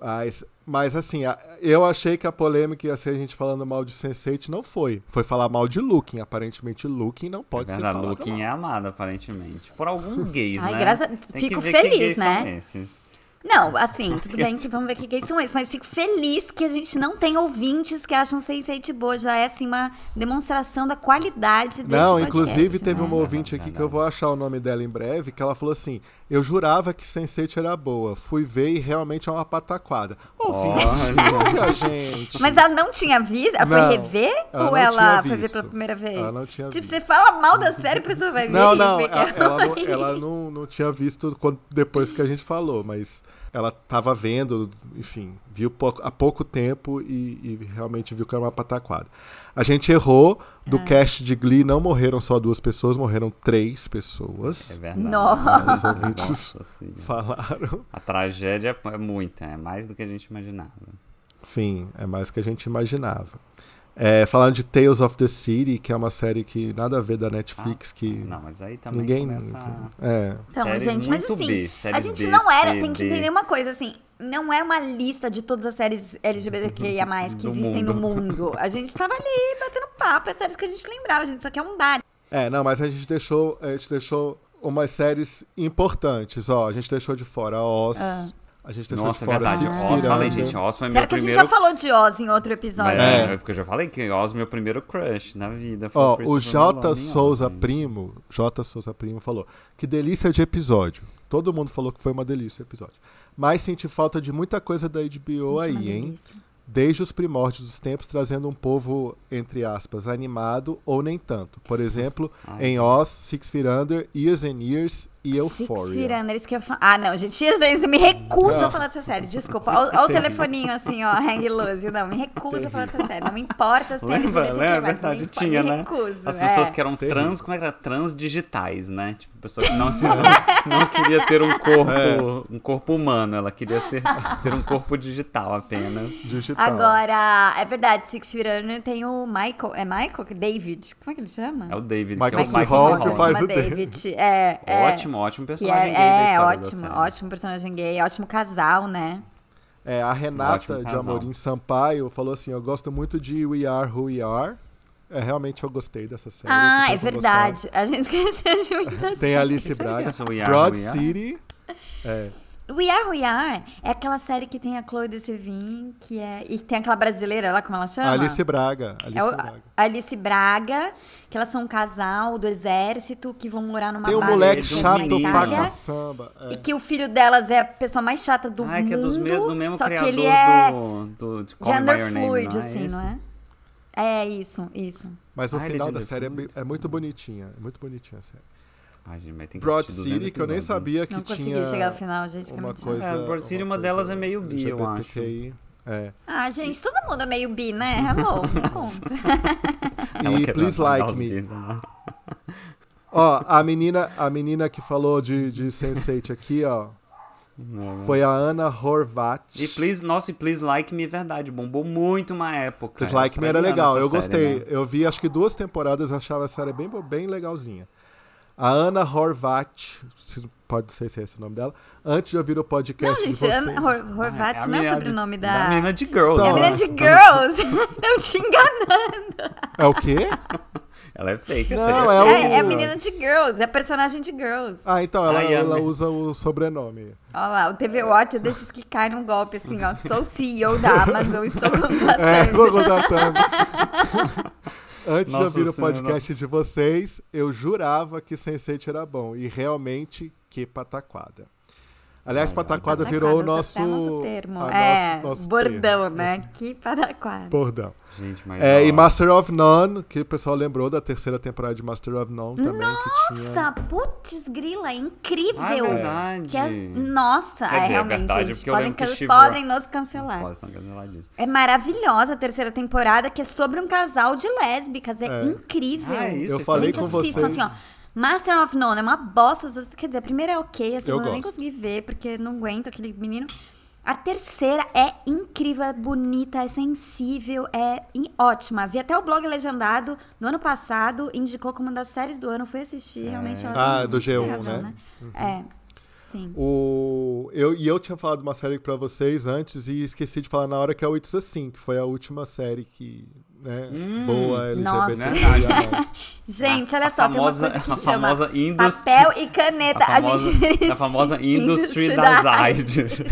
Speaker 2: Mas, mas assim, a- eu achei que a polêmica ia ser a gente falando mal de Sense8, não foi. Foi falar mal de Looking. Aparentemente, Looking não pode
Speaker 3: é
Speaker 2: ser
Speaker 3: verdade,
Speaker 2: falado
Speaker 3: Luquinha
Speaker 2: mal.
Speaker 3: é amada, aparentemente. Por alguns gays,
Speaker 1: Ai,
Speaker 3: né?
Speaker 1: graças a-
Speaker 3: Tem que
Speaker 1: fico
Speaker 3: ver que
Speaker 1: feliz,
Speaker 3: gays
Speaker 1: né?
Speaker 3: são esses.
Speaker 1: Não, assim, tudo bem que vamos ver que gays são esses, mas fico feliz que a gente não tem ouvintes que acham Sense8 boa. Já é, assim, uma demonstração da qualidade desse
Speaker 2: Não,
Speaker 1: podcast,
Speaker 2: inclusive
Speaker 1: né?
Speaker 2: teve um uma
Speaker 3: Não, não,
Speaker 2: ouvinte
Speaker 3: não,
Speaker 2: aqui
Speaker 3: não,
Speaker 2: que eu
Speaker 3: não.
Speaker 2: vou achar o nome dela em breve, que ela falou assim: Eu jurava que Sense8 era boa. Fui ver e realmente é uma pataquada. Ouvinte,
Speaker 3: Olha.
Speaker 2: ouve a gente.
Speaker 1: Mas ela não tinha visto? Ela foi
Speaker 2: Não,
Speaker 1: rever?
Speaker 2: ela
Speaker 1: ou
Speaker 2: não
Speaker 1: ela
Speaker 2: tinha
Speaker 1: foi ver
Speaker 2: visto.
Speaker 1: pela primeira vez?
Speaker 2: Ela não tinha
Speaker 1: tipo,
Speaker 2: visto.
Speaker 1: você fala mal da série, a pessoa vai ver
Speaker 2: Não,
Speaker 1: e
Speaker 2: não,
Speaker 1: fica
Speaker 2: ela, ela não,
Speaker 1: ruim.
Speaker 2: ela não, não tinha visto quando- depois que a gente falou, mas ela tava vendo, enfim, viu pouco- há pouco tempo e, e realmente viu que era uma pataquada. A gente errou, do cast de Glee não morreram só duas pessoas, morreram três
Speaker 3: É
Speaker 2: pessoas.
Speaker 3: verdade.
Speaker 1: Nossa.
Speaker 2: Os ouvintes
Speaker 3: Nossa senhora.
Speaker 2: Falaram.
Speaker 3: A tragédia é muita, é mais do que a gente imaginava.
Speaker 2: Sim, é mais do que a gente imaginava. É, falando de Tales of the City, que é uma série que nada a ver da Netflix, que
Speaker 3: Ah, Não, mas aí também
Speaker 2: ninguém.
Speaker 3: começa... a-
Speaker 2: É.
Speaker 1: Então,
Speaker 3: Séries
Speaker 1: gente, mas
Speaker 3: muito
Speaker 1: assim,
Speaker 3: B,
Speaker 1: a
Speaker 3: séries
Speaker 1: gente
Speaker 3: B,
Speaker 1: não era.
Speaker 3: C,
Speaker 1: Tem que
Speaker 3: D.
Speaker 1: entender uma coisa, assim. Não é uma lista de todas as séries LGBTQIA que
Speaker 3: Do
Speaker 1: existem no
Speaker 3: mundo.
Speaker 1: mundo. A gente tava ali batendo papo, as séries que a gente lembrava, a gente só quer um bar.
Speaker 2: É, não, mas a gente deixou, a gente deixou umas séries importantes, ó. A gente deixou de fora Oz.
Speaker 1: Ah.
Speaker 2: A gente deixou
Speaker 3: Nossa, é
Speaker 2: de fora
Speaker 3: verdade.
Speaker 2: Six
Speaker 1: Six
Speaker 3: Oz,
Speaker 2: Feet
Speaker 3: falei,
Speaker 2: Under.
Speaker 3: gente, Oz foi meu
Speaker 1: Claro que a gente
Speaker 3: primeiro...
Speaker 1: já falou de Oz em outro
Speaker 3: Mas,
Speaker 1: episódio. né?
Speaker 2: É.
Speaker 3: é. Porque eu já falei que Oz, meu primeiro crush na vida. Foi
Speaker 2: Ó, o
Speaker 3: Christopher
Speaker 2: J
Speaker 3: Maloney,
Speaker 2: Souza
Speaker 3: homem.
Speaker 2: Primo, J Souza Primo falou: "Que delícia de episódio". Todo mundo falou que foi uma delícia o episódio. Mas senti falta de muita coisa da HBO
Speaker 1: Gente, é uma
Speaker 2: aí, hein?
Speaker 1: delícia.
Speaker 2: Desde os primórdios dos tempos, trazendo um povo, entre aspas, animado ou nem tanto. Por exemplo, em Oz, Six Feet Under, Years and Years e
Speaker 1: Six
Speaker 2: Euphoria.
Speaker 1: Feet Under, isso que eu ia falar. Ah, não, gente, isso aí, eu me recuso a
Speaker 2: Não.
Speaker 1: falar dessa série, desculpa. Olha o telefoninho assim, ó, hang loose. Não, me recuso a falar dessa série. Não me importa se tem
Speaker 3: Lembra,
Speaker 1: LGBT
Speaker 3: lembra,
Speaker 1: mais, não me,
Speaker 3: verdade,
Speaker 1: impo-
Speaker 3: tinha,
Speaker 1: me
Speaker 3: né?
Speaker 1: recuso.
Speaker 3: As pessoas
Speaker 1: é.
Speaker 3: que eram
Speaker 2: Terrível.
Speaker 3: trans, como é que era? Trans digitais, né? Tipo, pessoa que não, se- não, não queria ter um corpo,
Speaker 2: É.
Speaker 3: um corpo humano, ela queria ser, ter um corpo digital apenas.
Speaker 2: Digital.
Speaker 1: Agora, é verdade, Six Feet Under tem o Michael, é Michael? David, como é que ele chama?
Speaker 3: É o David,
Speaker 2: Michael
Speaker 3: que é o
Speaker 2: C.
Speaker 3: Michael
Speaker 2: Hall,
Speaker 3: C.
Speaker 2: que
Speaker 3: Hall.
Speaker 2: faz
Speaker 1: chama
Speaker 2: o David.
Speaker 1: David, é, é.
Speaker 3: Ótimo, ótimo
Speaker 1: Que
Speaker 3: personagem gay da
Speaker 1: é, é
Speaker 3: história da
Speaker 1: ótimo,
Speaker 3: série.
Speaker 1: ótimo personagem gay, ótimo casal, né?
Speaker 2: É, a
Speaker 3: Ótimo
Speaker 2: Renata de
Speaker 3: casal.
Speaker 2: Amorim Sampaio falou assim: Eu gosto muito de We Are Who We Are. É, realmente eu gostei dessa série.
Speaker 1: ah,
Speaker 2: vocês
Speaker 1: é
Speaker 2: não
Speaker 1: verdade. A gente esqueceu de muita
Speaker 2: gostaram. Tem a Alice
Speaker 3: Isso aí
Speaker 2: Braga.
Speaker 3: mesmo, We Are
Speaker 2: Broad
Speaker 3: Who We Are.
Speaker 2: City.
Speaker 1: We Are We Are é aquela série que tem a Chloe Decevin, que é. E tem aquela brasileira lá, como ela chama?
Speaker 2: Alice Braga. Alice
Speaker 1: é o,
Speaker 2: Braga.
Speaker 1: Alice Braga, que elas são um casal do exército que vão morar numa
Speaker 2: Tem um
Speaker 1: base
Speaker 2: moleque
Speaker 3: de
Speaker 1: na
Speaker 3: um
Speaker 2: chato
Speaker 3: menino.
Speaker 2: pra
Speaker 1: Itália,
Speaker 2: caçamba.
Speaker 1: E
Speaker 2: É.
Speaker 1: que o filho delas é a pessoa mais chata do
Speaker 3: Ah,
Speaker 1: mundo.
Speaker 3: que é dos mesmos, do mesmo
Speaker 1: só
Speaker 3: criador
Speaker 1: que ele é
Speaker 3: do, do de Call Me By
Speaker 1: gender
Speaker 3: Your Name,
Speaker 1: fluid,
Speaker 3: não é
Speaker 1: assim,
Speaker 3: isso?
Speaker 1: não é? É isso, isso.
Speaker 2: Mas o
Speaker 3: Ah, ele é
Speaker 2: final
Speaker 3: de
Speaker 2: da
Speaker 3: Deus,
Speaker 2: série é,
Speaker 3: muito
Speaker 2: bem- é muito bonitinha. É muito bonitinha a série.
Speaker 3: Ai, gente, mas tem que
Speaker 2: Broad
Speaker 3: assistir 200
Speaker 2: City, que eu nem
Speaker 3: episódios, né?
Speaker 2: sabia que
Speaker 1: Não
Speaker 2: tinha.
Speaker 1: consegui chegar ao final, né? gente. Que
Speaker 2: uma
Speaker 1: mentira.
Speaker 2: coisa,
Speaker 3: É, Broad City, uma
Speaker 2: coisa
Speaker 3: delas é meio bi, eu acho.
Speaker 2: LGBTQI. É.
Speaker 1: Ah, gente, todo mundo é meio bi, né? Hello, me conta.
Speaker 3: Ela
Speaker 2: E
Speaker 3: quer
Speaker 2: Please
Speaker 3: dar- dar
Speaker 2: Like
Speaker 3: os
Speaker 2: Me.
Speaker 3: gays, né?
Speaker 2: Ó, a menina, a menina que falou de, de Sense8 aqui, ó,
Speaker 3: Não,
Speaker 2: foi a Ana Horvat.
Speaker 3: E please, nossa, e please like me é verdade, bombou muito uma época.
Speaker 2: Please Like Me era
Speaker 3: australiana
Speaker 2: legal,
Speaker 3: essa
Speaker 2: eu
Speaker 3: é série,
Speaker 2: gostei.
Speaker 3: né?
Speaker 2: Eu vi acho que duas temporadas, achava a série bem, bo- bem legalzinha. A Ana Horvat, se- pode ser se é esse o nome dela, antes de ouvir o podcast
Speaker 1: Não,
Speaker 2: de
Speaker 1: gente,
Speaker 2: vocês.
Speaker 1: Ana Hor- Horvath
Speaker 3: É, é a
Speaker 1: não é
Speaker 3: menina
Speaker 1: sobre o nome
Speaker 3: de-
Speaker 1: da.
Speaker 3: Da menina de Girls.
Speaker 2: Então,
Speaker 1: É a
Speaker 3: né?
Speaker 1: menina de Girls! não te enganando!
Speaker 2: É o quê?
Speaker 3: Ela é fake, essa
Speaker 2: Não,
Speaker 3: aí.
Speaker 2: é o...
Speaker 1: É, é a menina de Girls, é a personagem de Girls.
Speaker 2: Ah, então, ela,
Speaker 3: Ai,
Speaker 2: ela
Speaker 3: amei.
Speaker 2: usa o sobrenome.
Speaker 1: Olha lá, o TV Watch é desses que caem num golpe assim, ó. Sou CEO da Amazon, estou contratando.
Speaker 2: É, vou contratando. Antes
Speaker 3: Nossa
Speaker 2: de ouvir o
Speaker 3: Senhora.
Speaker 2: podcast de vocês, eu jurava que Sensei era bom. E realmente, que pataquada. Aliás,
Speaker 3: Ai,
Speaker 2: pataquada
Speaker 1: Pataquada,
Speaker 2: virou o
Speaker 1: esse
Speaker 2: nosso.
Speaker 1: até é nosso termo.
Speaker 2: a
Speaker 1: é,
Speaker 2: nosso- nosso
Speaker 1: bordão,
Speaker 2: termo,
Speaker 1: né?
Speaker 2: nosso
Speaker 1: Que pataquada.
Speaker 2: Bordão.
Speaker 3: Gente, mas.
Speaker 2: É, e
Speaker 3: ó,
Speaker 2: Master of None, que o pessoal lembrou da terceira temporada de Master of None também. que tinha-
Speaker 1: Nossa, putz, grila, incrível!
Speaker 3: Ah, é verdade.
Speaker 1: Que é- nossa,
Speaker 3: Quer
Speaker 1: é
Speaker 3: dizer, é
Speaker 1: realmente,
Speaker 3: verdade,
Speaker 1: gente,
Speaker 3: porque eu
Speaker 1: podem,
Speaker 3: lembro que
Speaker 1: can-
Speaker 3: She-Ra-
Speaker 1: podem nos
Speaker 3: Não
Speaker 1: cancelar.
Speaker 3: pode, senão cancela disso.
Speaker 1: É maravilhosa a terceira temporada, que é sobre um casal de lésbicas. É, incrível.
Speaker 3: Ah, é isso?
Speaker 2: Eu
Speaker 3: Gente,
Speaker 2: falei
Speaker 1: Gente,
Speaker 2: com
Speaker 1: assistam,
Speaker 2: vocês.
Speaker 1: assim, ó. Master of None é uma bosta. as duas- Quer dizer, a primeira é ok, a segunda eu nem
Speaker 2: gosto.
Speaker 1: consegui ver, porque não aguento aquele menino. A terceira é incrível, é bonita, é sensível, é in- ótima. Vi até o blog legendado no ano passado, indicou como uma das séries do ano. Fui assistir, realmente ela
Speaker 2: Ah,
Speaker 1: tem
Speaker 2: do G1,
Speaker 1: razão,
Speaker 2: né?
Speaker 1: É, sim.
Speaker 2: O... Eu, e eu tinha falado uma série pra vocês antes e esqueci de falar na hora que é o It's Assim, que foi a última série que. Né, boa
Speaker 1: Hum, Nossa.
Speaker 2: LGBT.
Speaker 3: Né?
Speaker 1: Gente, olha
Speaker 3: A
Speaker 1: só,
Speaker 3: famosa-
Speaker 1: tem uma coisa
Speaker 3: a
Speaker 1: que chama
Speaker 3: famosa indus-
Speaker 1: papel e caneta.
Speaker 3: A famosa,
Speaker 1: a gente
Speaker 3: da famosa Industry das
Speaker 1: das
Speaker 3: AIDS.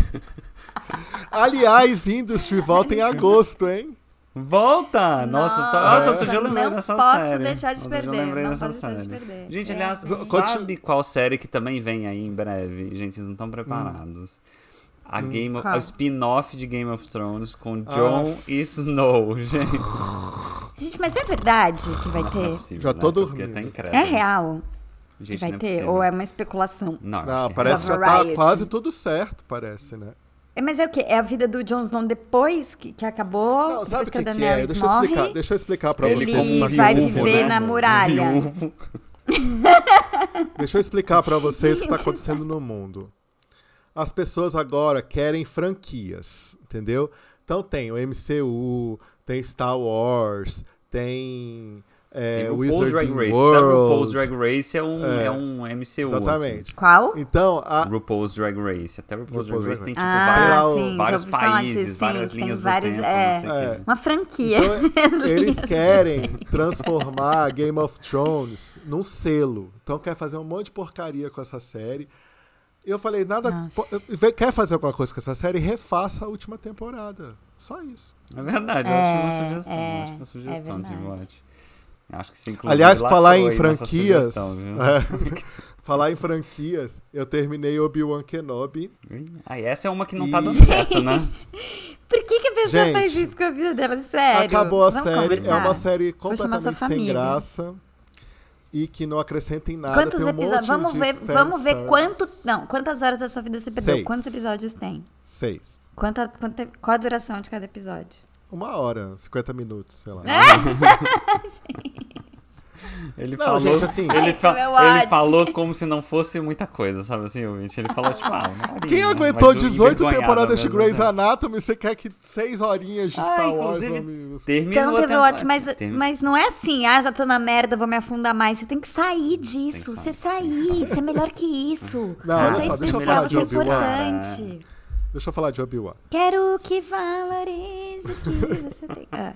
Speaker 2: Aliás, Industry volta em agosto, hein?
Speaker 3: Volta! Nossa, eu tô- nossa, outro dia eu lembrei
Speaker 1: não
Speaker 3: dessa
Speaker 1: posso
Speaker 3: série.
Speaker 1: deixar de
Speaker 3: Outro dia eu
Speaker 1: perder,
Speaker 3: lembrei
Speaker 1: não
Speaker 3: dessa
Speaker 1: posso deixar de
Speaker 3: série.
Speaker 1: perder.
Speaker 3: Gente,
Speaker 1: É.
Speaker 3: aliás,
Speaker 2: Conti-
Speaker 3: sabe qual série que também vem aí em breve? Gente, vocês não estão preparados. A Game of,
Speaker 1: Qual?
Speaker 3: o spin-off de Game of Thrones com
Speaker 2: Hum, Ah.
Speaker 3: Jon Snow, gente.
Speaker 1: Gente, mas é verdade que vai
Speaker 3: Não é
Speaker 1: ter?
Speaker 3: possível,
Speaker 2: Já
Speaker 3: né?
Speaker 2: tô
Speaker 3: Porque
Speaker 2: dormindo.
Speaker 3: Tá incrédulo.
Speaker 1: É real
Speaker 3: Gente,
Speaker 1: que vai
Speaker 3: não é
Speaker 1: ter?
Speaker 3: possível.
Speaker 1: Ou é uma especulação?
Speaker 3: Não, eu acho
Speaker 2: Não,
Speaker 3: que é
Speaker 2: parece que
Speaker 1: Da
Speaker 2: já tá
Speaker 1: Variety.
Speaker 2: quase tudo certo, parece, né?
Speaker 1: É, mas é o quê? É a vida do Jon Snow depois que, que acabou?
Speaker 2: Não, sabe
Speaker 1: depois
Speaker 2: o que,
Speaker 1: a
Speaker 2: que é?
Speaker 1: Daenerys
Speaker 2: Deixa eu
Speaker 1: morre?
Speaker 2: explicar, deixa eu explicar pra
Speaker 1: Ele
Speaker 2: vocês.
Speaker 3: como
Speaker 1: vai
Speaker 2: é
Speaker 3: viúvo,
Speaker 1: viver
Speaker 3: né?
Speaker 1: na muralha.
Speaker 3: Viúvo.
Speaker 2: Deixa eu explicar pra vocês o que tá
Speaker 1: Gente,
Speaker 2: acontecendo no mundo. As pessoas agora querem franquias, entendeu? Então tem o MCU, tem Star Wars, tem é,
Speaker 3: Tem RuPaul's Drag
Speaker 2: Wizarding
Speaker 3: Race.
Speaker 2: World.
Speaker 3: Então, RuPaul's Drag Race é um, é. um MCU. assim.
Speaker 2: Exatamente.
Speaker 1: Qual?
Speaker 2: Então, a-
Speaker 3: RuPaul's Drag Race. Até RuPaul's,
Speaker 2: RuPaul's
Speaker 3: Drag Race
Speaker 2: Drag
Speaker 3: tem, tipo,
Speaker 1: Ah,
Speaker 2: vários-
Speaker 1: sim, já
Speaker 3: vários, vários
Speaker 1: ouvi falar disso,
Speaker 3: países,
Speaker 1: sim,
Speaker 3: várias
Speaker 1: tem
Speaker 3: linhas
Speaker 1: vários,
Speaker 3: do tempo,
Speaker 1: é,
Speaker 3: não sei o quê.
Speaker 1: Uma franquia.
Speaker 2: então,
Speaker 1: As
Speaker 2: eles
Speaker 1: linhas.
Speaker 2: querem transformar Game of Thrones num selo. Então quer fazer um monte de porcaria com essa série. Eu falei, nada. po- Quer fazer alguma coisa com essa série? Refaça a última temporada. Só isso.
Speaker 3: É verdade, eu
Speaker 1: É,
Speaker 3: acho uma sugestão.
Speaker 1: é,
Speaker 3: eu acho uma sugestão,
Speaker 1: é
Speaker 3: Tim
Speaker 1: verdade.
Speaker 3: Watt. Eu Acho que você, inclusive,
Speaker 2: Aliás,
Speaker 3: latrou
Speaker 2: falar
Speaker 3: aí
Speaker 2: em
Speaker 3: nessa
Speaker 2: franquias.
Speaker 3: sugestão, viu?
Speaker 2: é, falar em franquias, eu terminei Obi-Wan Kenobi.
Speaker 3: Ah, e essa é uma que não tá
Speaker 2: E-
Speaker 3: dando certo, né?
Speaker 1: Por que, que a pessoa
Speaker 2: Gente,
Speaker 1: faz isso com a vida dela? Sério?
Speaker 2: Acabou a
Speaker 1: Vamos
Speaker 2: série. É
Speaker 1: conversar?
Speaker 2: uma série
Speaker 1: Vou chamar sua
Speaker 2: completamente sem
Speaker 1: família.
Speaker 2: graça. E que não acrescenta em nada.
Speaker 1: Quantos
Speaker 2: Tem um monte
Speaker 1: episódios? Vamos
Speaker 2: de
Speaker 1: ver, vamos ver
Speaker 2: fanservice.
Speaker 1: quanto. Não, quantas horas da sua vida você perdeu?
Speaker 2: Seis.
Speaker 1: Quantos episódios tem?
Speaker 2: Seis.
Speaker 1: Quanta, quanta, qual a duração de cada episódio? É!
Speaker 2: Uma hora, 50 minutos, sei
Speaker 1: Né?
Speaker 2: lá.
Speaker 3: Ele
Speaker 2: Não,
Speaker 3: falou,
Speaker 2: gente, assim-
Speaker 3: ele,
Speaker 1: Ai,
Speaker 3: fa-
Speaker 1: meu
Speaker 3: ele
Speaker 1: ódio.
Speaker 3: falou como se não fosse muita coisa, sabe assim, ouvinte? Ele falou, tipo, ah, uma horinha,
Speaker 2: Quem
Speaker 3: mas
Speaker 2: aguentou
Speaker 3: do-
Speaker 2: 18
Speaker 3: envergonhado
Speaker 2: temporadas de
Speaker 3: mesmo,
Speaker 2: Grey's
Speaker 3: né?
Speaker 2: Anatomy? Você quer que seis horinhas de
Speaker 3: Ah,
Speaker 2: Star Wars?
Speaker 3: inclusive,
Speaker 2: homem?
Speaker 1: Então,
Speaker 3: Terminou a
Speaker 1: TV Watch, mas,
Speaker 3: temporada- Termi-
Speaker 1: mas não é assim, ah, já tô na merda, vou me afundar mais. Você tem que sair disso.
Speaker 3: que
Speaker 1: Você
Speaker 3: sair, tem
Speaker 1: sair, você é melhor que isso.
Speaker 2: Não,
Speaker 3: olha
Speaker 1: você
Speaker 3: só,
Speaker 1: é
Speaker 3: deixa eu
Speaker 1: especial,
Speaker 3: falar de
Speaker 1: você é
Speaker 3: Obi-Wan.
Speaker 1: importante.
Speaker 2: Deixa eu falar de Obi-Wan.
Speaker 1: Quero que valorize o que você tem. Ah.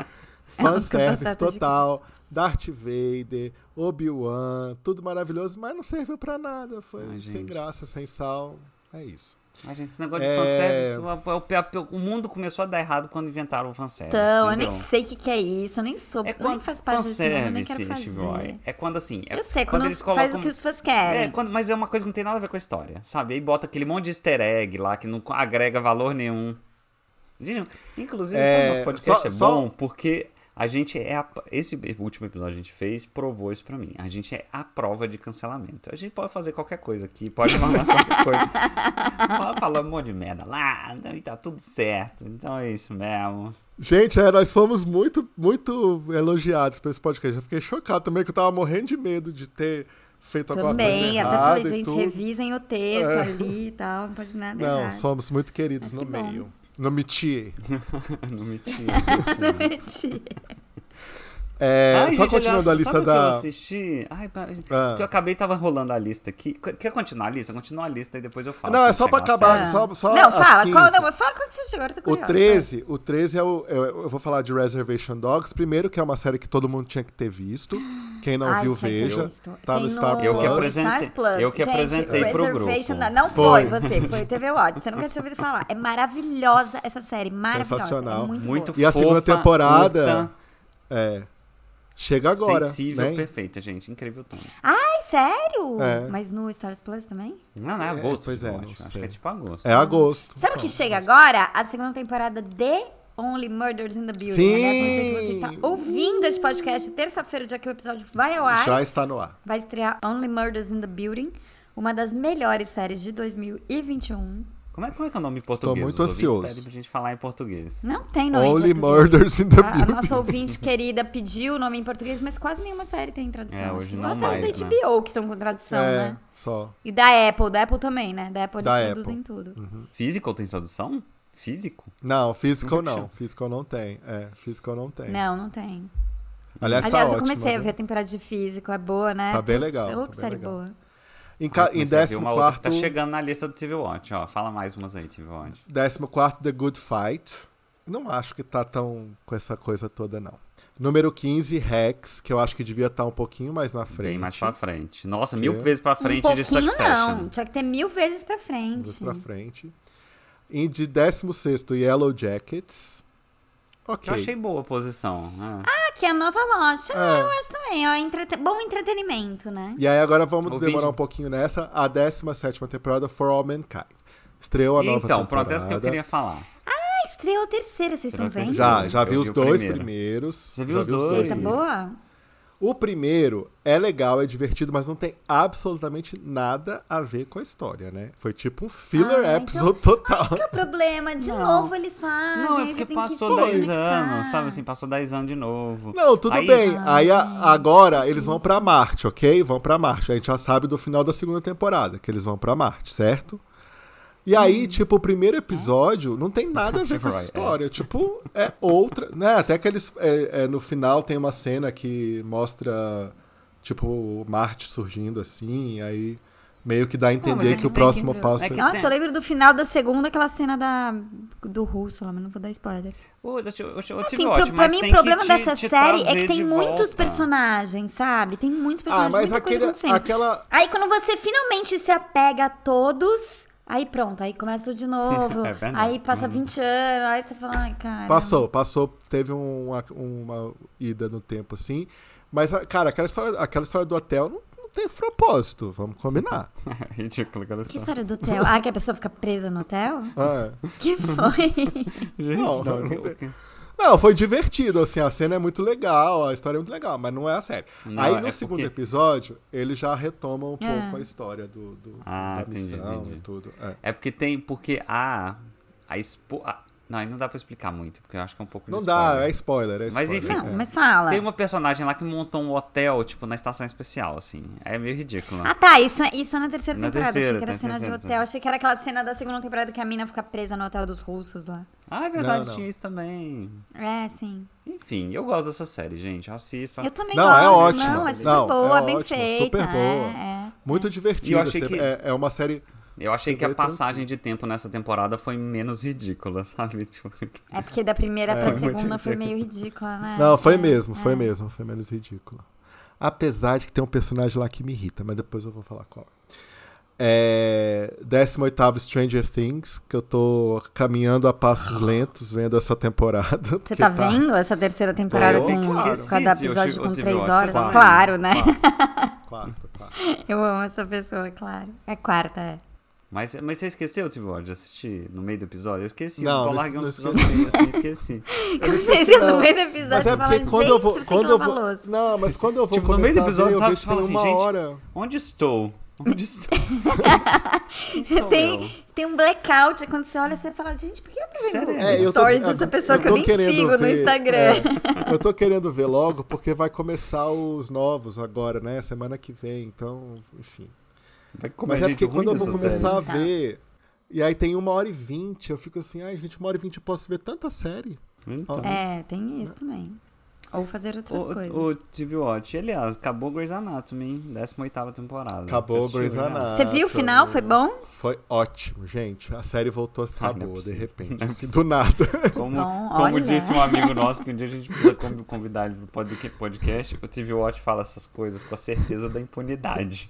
Speaker 1: É uma música
Speaker 2: Fanservice
Speaker 1: batata de-
Speaker 2: total, Darth Vader, Obi-Wan, tudo maravilhoso, mas não serviu pra nada. Foi sem
Speaker 3: Ai, gente.
Speaker 2: graça, sem sal. É isso.
Speaker 3: Ah, gente, esse negócio de
Speaker 2: É.
Speaker 3: fanservice, o- o, o- o mundo começou a dar errado quando inventaram o fanservice.
Speaker 1: Então, eu nem
Speaker 3: entendeu?
Speaker 1: sei o que, que é isso, eu nem sou,
Speaker 3: É
Speaker 1: eu nem
Speaker 3: quando
Speaker 1: faço parte desse mundo, eu nem quero
Speaker 3: fanservice,
Speaker 1: fazer.
Speaker 3: Chiboy, É quando assim. é
Speaker 1: Eu sei, quando,
Speaker 3: eles colocam...
Speaker 1: faz o que os fãs
Speaker 3: É,
Speaker 1: querem.
Speaker 3: quando- mas é uma coisa que não tem nada a ver com a história, sabe? Aí bota aquele monte de easter egg lá que não agrega valor nenhum. Gente, inclusive,
Speaker 2: É,
Speaker 3: sabe, nosso podcast
Speaker 2: só-
Speaker 3: é
Speaker 2: só-
Speaker 3: bom porque a gente é. A, esse último episódio que a gente fez provou isso pra mim. A gente é a prova de cancelamento. A gente pode fazer qualquer coisa aqui, pode falar qualquer coisa. Pode falar um monte de merda lá, não, e tá tudo certo. Então é isso mesmo.
Speaker 2: Gente, é, nós fomos muito, muito elogiados por esse podcast. Eu fiquei chocado também, que eu tava morrendo de medo de ter feito alguma coisa
Speaker 1: Também, até
Speaker 2: errada
Speaker 1: falei,
Speaker 2: e
Speaker 1: gente, é
Speaker 2: tudo.
Speaker 1: revisem o texto ali e tal, não pode nada
Speaker 2: Não,
Speaker 1: errado.
Speaker 2: somos muito queridos
Speaker 1: Mas
Speaker 2: no
Speaker 1: que bom.
Speaker 2: meio. No métier.
Speaker 3: não me tira.
Speaker 1: Prometi.
Speaker 2: É,
Speaker 3: Ai,
Speaker 2: só
Speaker 3: gente,
Speaker 2: continuando
Speaker 3: olha, assim.
Speaker 2: a lista
Speaker 3: sabe O que eu
Speaker 2: da.
Speaker 3: assisti? Ai, pa-
Speaker 2: Ah.
Speaker 3: que eu acabei tava rolando a lista aqui. Qu- Quer continuar a lista? Continua a lista e depois eu falo.
Speaker 2: Não, é
Speaker 3: quando
Speaker 2: só pra
Speaker 3: chegar a
Speaker 2: acabar.
Speaker 3: série.
Speaker 2: Só- só
Speaker 1: não,
Speaker 2: as
Speaker 1: fala.
Speaker 2: 15.
Speaker 1: Qual, não, fala qual que você chegou, agora eu tô
Speaker 2: O
Speaker 1: curiosa.
Speaker 2: 13, o 13 é o. Eu, eu vou falar de Reservation Dogs. Primeiro, que é uma série que todo mundo tinha que ter visto. Quem não
Speaker 1: Ai,
Speaker 2: viu,
Speaker 1: tinha que ter
Speaker 2: veja.
Speaker 1: visto.
Speaker 2: Tá
Speaker 1: Tem
Speaker 2: no Star Plus.
Speaker 3: Eu que
Speaker 1: Stars
Speaker 3: apresentei-
Speaker 1: Plus.
Speaker 3: eu que
Speaker 1: Gente,
Speaker 3: apresentei pro
Speaker 1: Reservation
Speaker 3: grupo.
Speaker 1: Não foi,
Speaker 2: Foi.
Speaker 1: você, foi TV Watch. Você nunca tinha ouvido falar. É maravilhosa essa série, maravilhosa.
Speaker 2: Sensacional.
Speaker 1: É muito,
Speaker 3: Muito
Speaker 1: boa.
Speaker 2: E a segunda
Speaker 3: fofa,
Speaker 2: temporada
Speaker 3: curta,
Speaker 2: É. Chega agora.
Speaker 3: sensível,
Speaker 2: né?
Speaker 3: perfeita, gente. Incrível tudo.
Speaker 1: Ai, sério?
Speaker 2: É.
Speaker 1: Mas no Stars Plus também?
Speaker 3: Não, não é agosto.
Speaker 2: pois é,
Speaker 3: eu
Speaker 2: não
Speaker 3: acho. Acho
Speaker 2: sei.
Speaker 3: que é tipo agosto.
Speaker 2: É agosto.
Speaker 1: Sabe o que chega agora? A segunda temporada de Only Murders in the Building.
Speaker 2: Sim!
Speaker 1: Aliás, no dia que você está ouvindo esse podcast, terça-feira, o dia que o episódio vai ao ar,
Speaker 2: Já está no ar.
Speaker 1: vai estrear Only Murders in the Building, uma das melhores séries de 2021.
Speaker 3: Como, é, como é que é o nome em português?
Speaker 2: muito
Speaker 3: Os ouvintes
Speaker 2: ansioso.
Speaker 3: pedem pra gente falar em português.
Speaker 1: Não tem nome em
Speaker 2: Only
Speaker 1: português.
Speaker 2: Murders in the
Speaker 1: A, a
Speaker 2: Building.
Speaker 1: nossa ouvinte querida pediu o nome em português, mas quase nenhuma série tem tradução.
Speaker 3: É,
Speaker 1: Acho
Speaker 3: hoje
Speaker 1: que
Speaker 3: não
Speaker 1: só as séries
Speaker 3: mais,
Speaker 1: da
Speaker 3: né?
Speaker 1: HBO que estão com tradução,
Speaker 2: é,
Speaker 1: né?
Speaker 2: só.
Speaker 1: E da Apple, da Apple também, né? Da Apple eles
Speaker 2: Da Uhum.
Speaker 1: traduzem tudo.
Speaker 3: Physical tem tradução? Físico?
Speaker 2: Não, physical
Speaker 3: Nunca
Speaker 2: não. Physical não tem. É, physical não tem.
Speaker 1: Não, não tem.
Speaker 2: Aliás, tá
Speaker 1: Aliás, eu
Speaker 2: ótimo,
Speaker 1: comecei a
Speaker 2: viu?
Speaker 1: ver a temporada de físico, é boa, né?
Speaker 2: Tá bem
Speaker 1: Putz,
Speaker 2: legal,
Speaker 1: Outra
Speaker 2: tá bem
Speaker 1: série
Speaker 2: legal.
Speaker 1: boa.
Speaker 2: Em,
Speaker 3: Ah,
Speaker 2: ca...
Speaker 3: eu
Speaker 2: em
Speaker 3: comecei a ver
Speaker 2: 14
Speaker 3: uma outra que Tá chegando na lista do TV Watch, ó. Fala mais umas aí, TV Watch.
Speaker 2: 14 The Good Fight. Não acho que tá tão com essa coisa toda, não. Número 15, Rex, que eu acho que devia estar um pouquinho mais na frente.
Speaker 3: Bem mais pra frente. Nossa,
Speaker 2: Que?
Speaker 3: mil vezes pra
Speaker 1: Um
Speaker 3: frente de
Speaker 1: pouquinho
Speaker 3: Succession.
Speaker 1: não, tinha que ter mil vezes pra
Speaker 2: Vamos
Speaker 1: frente.
Speaker 2: pra frente. E de 16, Yellow Jackets.
Speaker 3: Que
Speaker 2: Ok.
Speaker 3: eu achei boa a posição. né?
Speaker 1: Aqui é a nova loja, ah,
Speaker 2: É.
Speaker 1: eu acho também, ó, entrete- bom entretenimento, né?
Speaker 2: E aí agora vamos
Speaker 3: O
Speaker 2: demorar
Speaker 3: vídeo.
Speaker 2: um pouquinho nessa. A 17 temporada, For All Mankind. Estreou a nova
Speaker 3: então,
Speaker 2: temporada.
Speaker 3: pronto, essa que eu queria falar.
Speaker 1: Ah, estreou a terceira, vocês
Speaker 3: Estreou
Speaker 1: estão
Speaker 3: a
Speaker 1: vendo?
Speaker 3: terceira.
Speaker 2: Já, já
Speaker 3: Eu
Speaker 2: vi
Speaker 3: vi
Speaker 2: os
Speaker 3: o
Speaker 2: dois
Speaker 3: primeiro.
Speaker 2: primeiros.
Speaker 3: Você viu
Speaker 2: já
Speaker 3: os
Speaker 2: vi
Speaker 3: dois?
Speaker 1: Essa é boa?
Speaker 2: O primeiro é legal, é divertido, mas não tem absolutamente nada a ver com a história, né? Foi tipo um filler
Speaker 1: Ah, então-
Speaker 2: episode total.
Speaker 1: Qual é o problema? De
Speaker 3: Não.
Speaker 1: novo eles fazem,
Speaker 3: Não, é
Speaker 1: aí você
Speaker 3: porque
Speaker 1: tem que
Speaker 3: passou 10
Speaker 1: conectar.
Speaker 3: anos, sabe assim, passou 10 anos de novo.
Speaker 2: Não, tudo
Speaker 3: Aí- Ah,
Speaker 2: bem. Aí a- agora eles vão pra Marte, ok? Vão pra Marte. A gente já sabe do final da segunda temporada que eles vão pra Marte, certo? E aí, tipo, o primeiro episódio não tem nada a ver com essa
Speaker 3: Hum. É? Right, é.
Speaker 2: história. Tipo, é outra. Né? Até que eles. é, é, no final tem uma cena que mostra, tipo, Marte surgindo assim. Aí meio que dá a
Speaker 3: Ah, mas
Speaker 2: entender
Speaker 3: ele
Speaker 2: que o
Speaker 3: tem
Speaker 2: próximo
Speaker 3: que-
Speaker 2: passo
Speaker 3: é que-
Speaker 1: Nossa, eu lembro do final da segunda, aquela cena da, do russo lá, mas não vou dar spoiler.
Speaker 3: Ô, eu te- eu te- eu
Speaker 1: Assim,
Speaker 3: tive
Speaker 1: pro-
Speaker 3: ótimo,
Speaker 1: pra
Speaker 3: mas
Speaker 1: mim,
Speaker 3: tem
Speaker 1: o
Speaker 3: que
Speaker 1: problema
Speaker 3: te-
Speaker 1: dessa
Speaker 3: te
Speaker 1: série é
Speaker 3: trazer
Speaker 1: que tem
Speaker 3: de
Speaker 1: muitos
Speaker 3: volta.
Speaker 1: personagens, sabe? Tem muitos
Speaker 2: Ah,
Speaker 1: personagens,
Speaker 2: mas
Speaker 1: muita
Speaker 2: aquele,
Speaker 1: coisa acontecendo.
Speaker 2: aquela.
Speaker 1: Aí quando você finalmente se apega a todos, aí pronto, aí começa tudo de novo.
Speaker 3: É verdade.
Speaker 1: aí passa 20 anos, aí você fala, ai, cara.
Speaker 2: Passou, passou, teve um, uma, uma ida no tempo assim. Mas, a- cara, aquela história, aquela história do hotel não, não tem propósito, vamos combinar.
Speaker 3: É Ridículo aquela
Speaker 1: Que
Speaker 3: história.
Speaker 1: história do hotel? Ah, que a pessoa fica presa no hotel?
Speaker 2: É.
Speaker 1: Que foi?
Speaker 3: Gente,
Speaker 2: Não,
Speaker 3: não,
Speaker 2: não
Speaker 3: que-
Speaker 2: tem.
Speaker 3: que-
Speaker 2: Não, foi divertido, assim, a cena é muito legal, a história é muito legal, mas não é a série.
Speaker 3: Não,
Speaker 2: Aí
Speaker 3: é
Speaker 2: no segundo
Speaker 3: porque-
Speaker 2: episódio, eles já retomam um
Speaker 1: É.
Speaker 2: pouco a história do, do-
Speaker 3: Ah,
Speaker 2: da
Speaker 3: entendi,
Speaker 2: missão
Speaker 3: entendi.
Speaker 2: e tudo. É.
Speaker 3: É porque tem, porque a... a, expo, a- não, aí não dá pra explicar muito, porque eu acho que é um pouco de
Speaker 2: Não dá, é
Speaker 3: spoiler.
Speaker 2: spoiler, é
Speaker 3: Mas
Speaker 2: spoiler.
Speaker 3: enfim.
Speaker 1: Não,
Speaker 2: é.
Speaker 1: mas fala.
Speaker 3: Tem uma personagem lá que montou um hotel, tipo, na estação especial, assim. É meio ridículo.
Speaker 1: Ah tá, isso é, isso é na terceira
Speaker 3: Na
Speaker 1: temporada.
Speaker 3: terceira,
Speaker 1: achei que era
Speaker 3: na
Speaker 1: cena
Speaker 3: terceira,
Speaker 1: de hotel.
Speaker 3: terceira.
Speaker 1: Achei que era aquela cena da segunda temporada que a mina fica presa no hotel dos russos lá.
Speaker 3: Ah, é verdade,
Speaker 2: Não, não.
Speaker 3: tinha isso também.
Speaker 1: É, sim.
Speaker 3: Enfim, eu gosto dessa série, gente. Eu assisto.
Speaker 1: Eu também
Speaker 2: Não,
Speaker 1: gosto.
Speaker 2: é ótimo.
Speaker 1: Não, é super
Speaker 2: Não,
Speaker 1: boa,
Speaker 2: é
Speaker 1: bem
Speaker 2: ótimo,
Speaker 1: feita.
Speaker 2: super boa.
Speaker 1: É, é.
Speaker 2: Muito
Speaker 3: E eu
Speaker 2: divertido,
Speaker 3: achei
Speaker 2: você-
Speaker 3: que-
Speaker 2: é, é uma série...
Speaker 3: Eu achei
Speaker 2: Você
Speaker 3: que a
Speaker 2: vê
Speaker 3: passagem de tempo nessa temporada foi menos ridícula, sabe? Tipo,
Speaker 1: É porque da primeira pra
Speaker 3: muito
Speaker 1: segunda foi meio ridícula, né?
Speaker 2: Não, foi
Speaker 1: É,
Speaker 2: mesmo, foi
Speaker 1: é.
Speaker 2: mesmo, foi menos ridícula. Apesar de que tem um personagem lá que me irrita, mas depois eu vou falar qual. É, 18 Stranger Things, que eu tô caminhando a passos
Speaker 3: Ah.
Speaker 2: lentos vendo essa temporada.
Speaker 1: Você
Speaker 2: porque
Speaker 1: tá vendo essa terceira temporada
Speaker 2: Eu
Speaker 1: com,
Speaker 2: esqueci
Speaker 1: cada
Speaker 3: de
Speaker 1: episódio
Speaker 3: Otiv-
Speaker 1: com
Speaker 3: Otiv-
Speaker 1: três
Speaker 3: Otiv-
Speaker 1: horas?
Speaker 3: Otiv-
Speaker 1: Claro, né?
Speaker 3: Tá.
Speaker 2: Quarto, quarto, quarto.
Speaker 1: Eu amo essa pessoa, claro. É quarta, é.
Speaker 3: Mas, mas você esqueceu, Tivó, de assistir no meio do episódio? Eu esqueci.
Speaker 2: Não,
Speaker 3: eu
Speaker 2: não
Speaker 3: larguei
Speaker 2: es-
Speaker 3: uns
Speaker 2: não
Speaker 3: episódios no meio, assim, esqueci.
Speaker 1: Eu sei se
Speaker 2: não.
Speaker 1: no meio do episódio
Speaker 2: Mas é
Speaker 1: você fala,
Speaker 2: porque quando eu vou,
Speaker 1: gente,
Speaker 2: quando
Speaker 1: tem
Speaker 2: eu
Speaker 1: que lavar
Speaker 2: vou,
Speaker 1: louça.
Speaker 2: não, mas quando eu vou
Speaker 3: Tipo, no meio do
Speaker 2: começar a ver,
Speaker 3: episódio,
Speaker 2: eu
Speaker 3: sabe,
Speaker 2: vejo que
Speaker 3: fala
Speaker 2: tem
Speaker 3: assim,
Speaker 2: uma
Speaker 3: gente,
Speaker 2: hora.
Speaker 3: Onde estou? Onde estou?
Speaker 1: Você tem, tem um blackout, quando você olha, você fala, gente, por que eu tô vendo
Speaker 3: Sério?
Speaker 2: É, eu tô-
Speaker 1: stories
Speaker 2: eu-
Speaker 1: dessa pessoa que eu
Speaker 2: tô
Speaker 1: nem
Speaker 2: querendo
Speaker 1: sigo no
Speaker 2: ver,
Speaker 1: Instagram?
Speaker 2: é, eu tô querendo ver logo, porque vai começar os novos agora, né? Semana que vem, então, enfim. Mas é porque quando eu vou começar a
Speaker 1: série.
Speaker 2: ver, e aí tem uma hora e vinte, eu fico assim, ai gente, uma hora e vinte eu posso ver tanta série.
Speaker 1: É, tem É, isso também. Ou fazer outras coisas.
Speaker 3: Então, O, o TV Watch, ele ah, acabou Grey's Anatomy, hein? 18 temporada.
Speaker 2: Acabou
Speaker 3: Você
Speaker 2: Grey's
Speaker 3: assistiu, né?
Speaker 2: Anatomy.
Speaker 1: Você viu o final? Foi bom?
Speaker 2: Foi ótimo, gente. A série voltou a ficar
Speaker 3: Ah, não é
Speaker 2: boa, de
Speaker 3: possível.
Speaker 2: repente.
Speaker 3: Não é
Speaker 2: assim,
Speaker 3: possível.
Speaker 2: do nada.
Speaker 3: Como,
Speaker 1: Bom,
Speaker 3: como
Speaker 1: Então, olha.
Speaker 3: disse um amigo nosso, que um dia a gente precisa con- convidar ele pro pod- podcast, o TV Watch fala essas coisas com a certeza da impunidade.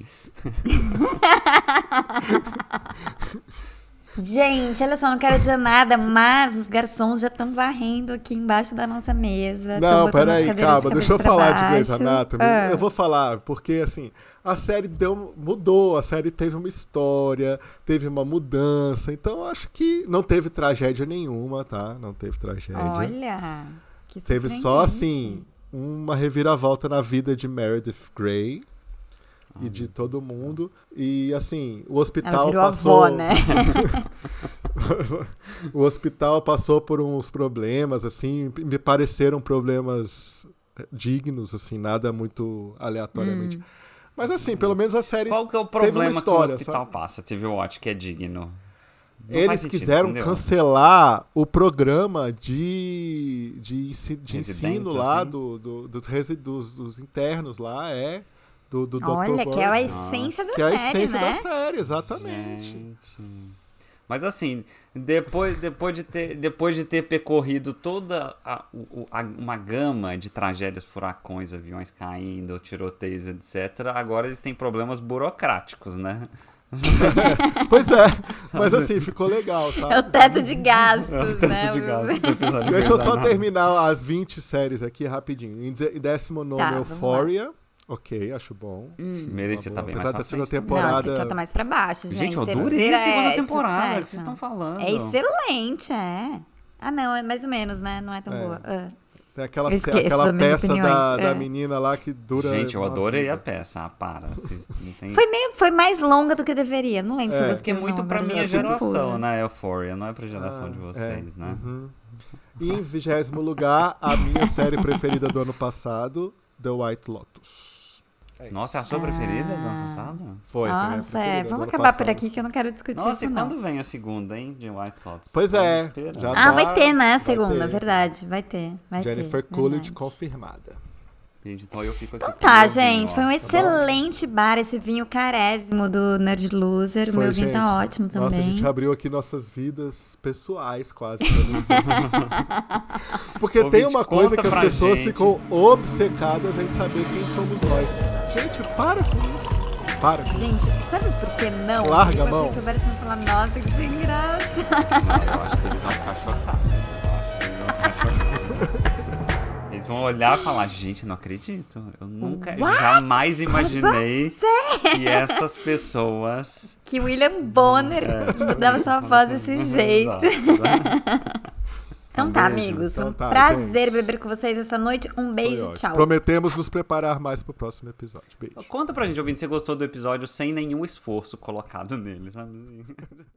Speaker 1: Gente, olha só, não quero dizer nada, mas os garçons já estão varrendo aqui embaixo da nossa mesa. tão
Speaker 2: Não,
Speaker 1: Tá botando as
Speaker 2: peraí,
Speaker 1: cadeiras de
Speaker 2: calma, deixa
Speaker 1: cabeça
Speaker 2: eu
Speaker 1: pra
Speaker 2: falar de Grey's
Speaker 1: baixo.
Speaker 2: Anatomy.
Speaker 1: Ah.
Speaker 2: Eu vou falar, porque assim, a série deu, mudou, a série teve uma história, teve uma mudança, então acho que não teve tragédia nenhuma, tá? Não teve tragédia.
Speaker 1: Olha, que
Speaker 2: teve só assim,
Speaker 1: surpreendente.
Speaker 2: uma reviravolta na vida de Meredith Grey e de todo mundo. E assim, o
Speaker 1: Ela
Speaker 2: hospital
Speaker 1: virou
Speaker 2: passou.
Speaker 1: avó, né?
Speaker 2: o hospital passou por uns problemas, assim, me pareceram problemas dignos, assim, nada muito aleatoriamente.
Speaker 1: Hum.
Speaker 2: Mas assim, pelo menos a série.
Speaker 3: Qual que é o
Speaker 2: uma
Speaker 3: problema que
Speaker 2: história,
Speaker 3: o hospital passa, TV Watch, que é digno? Não faz
Speaker 2: Eles
Speaker 3: sentido,
Speaker 2: quiseram
Speaker 3: entendeu?
Speaker 2: cancelar o programa de, de, ensi- de
Speaker 3: Residentes,
Speaker 2: ensino lá
Speaker 3: assim?
Speaker 2: do, do- dos, resi- dos- dos internos lá, é. Do, do Dr.
Speaker 1: Olha, que é a
Speaker 2: Gordon.
Speaker 1: essência da
Speaker 2: Que é a
Speaker 1: série,
Speaker 2: essência
Speaker 1: né?
Speaker 2: da série, exatamente.
Speaker 3: É. Gente. Mas assim, depois, depois, de ter, depois de ter percorrido toda a- o- o- a- uma gama de tragédias, furacões, aviões caindo, tiroteios, etc., agora eles têm problemas burocráticos, né?
Speaker 2: Pois é, mas assim, ficou legal, sabe?
Speaker 1: É o teto de gastos,
Speaker 3: É o
Speaker 1: né?
Speaker 3: tanto de gasto do episódio
Speaker 2: Deixa eu só
Speaker 3: Guerra
Speaker 2: terminar as 20 séries aqui rapidinho. Em de- em décimo nono,
Speaker 1: Tá, vamos lá. Hum.
Speaker 2: Euphoria. Ok, acho bom.
Speaker 3: na- Merecia
Speaker 2: Tá
Speaker 3: tá
Speaker 2: bom.
Speaker 3: bem
Speaker 2: Apesar
Speaker 3: mais
Speaker 2: da
Speaker 3: pra
Speaker 2: segunda
Speaker 3: frente também.
Speaker 1: Não, acho que
Speaker 2: temporada-
Speaker 1: já tá mais pra baixo, gente.
Speaker 3: Gente, eu adorei
Speaker 1: Terceira
Speaker 3: a segunda
Speaker 1: é
Speaker 3: temporada, o que vocês
Speaker 1: Succession.
Speaker 3: estão falando?
Speaker 1: É excelente, é. Ah, não, é mais ou menos, né? Não é tão
Speaker 2: É.
Speaker 1: boa. Ah.
Speaker 2: Tem aquela,
Speaker 1: Eu
Speaker 2: ce-
Speaker 1: esqueço
Speaker 2: aquela
Speaker 1: das minhas
Speaker 2: peça da,
Speaker 1: opiniões,
Speaker 2: da
Speaker 1: é.
Speaker 2: menina lá que dura.
Speaker 3: Gente, eu
Speaker 2: uma
Speaker 3: adorei
Speaker 2: vida.
Speaker 3: a peça. Ah, para. Vocês não têm...
Speaker 1: Foi, meio, É, foi mais longa do que deveria. Não lembro se
Speaker 2: É.
Speaker 1: eu gostei.
Speaker 3: Porque é
Speaker 1: ou não,
Speaker 3: muito
Speaker 1: agora
Speaker 3: pra
Speaker 1: já
Speaker 3: minha
Speaker 1: tô confusa.
Speaker 3: geração, né? Euphoria, não é pra geração
Speaker 2: Ah,
Speaker 3: de
Speaker 2: é.
Speaker 3: vocês, né?
Speaker 2: Uhum. E em vigésimo lugar, a minha série preferida do ano passado, The White Lotus. É isso.
Speaker 3: Nossa, é a sua preferida do ano passado?
Speaker 2: Foi, foi a minha
Speaker 1: Nossa, é,
Speaker 2: preferida do
Speaker 1: vamos
Speaker 2: ano
Speaker 1: acabar por
Speaker 2: passado.
Speaker 1: aqui que eu não quero discutir
Speaker 3: Nossa, e
Speaker 1: isso, não.
Speaker 3: quando vem a segunda, hein? De White Lotus?
Speaker 2: Pois é,
Speaker 3: Desespero.
Speaker 2: já
Speaker 1: Ah,
Speaker 2: tá.
Speaker 1: vai ter, né?
Speaker 2: Vai
Speaker 1: A segunda,
Speaker 2: ter.
Speaker 1: verdade. Vai ter. Vai
Speaker 2: Jennifer
Speaker 1: ter,
Speaker 2: Coolidge
Speaker 1: né, verdade.
Speaker 2: confirmada.
Speaker 3: Gente, então eu fico aqui.
Speaker 1: Então
Speaker 3: com
Speaker 1: tá,
Speaker 3: meu
Speaker 1: gente. Foi um
Speaker 3: vinho,
Speaker 1: excelente bar esse vinho carésimo do Nerd Loser. O
Speaker 2: Foi,
Speaker 1: meu vinho tá
Speaker 2: gente.
Speaker 1: ótimo
Speaker 2: Nossa, a
Speaker 1: também.
Speaker 2: gente abriu aqui nossas vidas pessoais quase. pra você. Porque
Speaker 3: Ouvinte,
Speaker 2: tem uma coisa
Speaker 3: conta
Speaker 2: que as
Speaker 3: pra
Speaker 2: pessoas
Speaker 3: gente.
Speaker 2: ficam obcecadas em saber quem somos nós. Gente, para com isso. Para.
Speaker 1: Gente, sabe por que não?
Speaker 2: Larga a
Speaker 1: Quando
Speaker 2: mão.
Speaker 1: Vocês souberem, vocês vão falar, nossa, que sem graça.
Speaker 3: ó. Eu acho que eles vão ficar chocados. né? Eu acho que eles vão ficar chocados. Eles vão olhar e falar, gente, não acredito. Eu nunca, jamais imaginei que essas pessoas... é,
Speaker 1: Que William Bonner
Speaker 2: É.
Speaker 1: dava sua voz desse jeito. Então tá,
Speaker 3: beijo.
Speaker 1: amigos. Foi um
Speaker 2: Então tá,
Speaker 1: prazer beber com vocês essa noite. Um
Speaker 2: Foi
Speaker 1: beijo,
Speaker 2: ótimo.
Speaker 1: tchau.
Speaker 2: Prometemos nos preparar mais pro próximo episódio. Beijo.
Speaker 3: Conta pra gente, ouvinte, se você gostou do episódio sem nenhum esforço colocado nele, sabe? assim?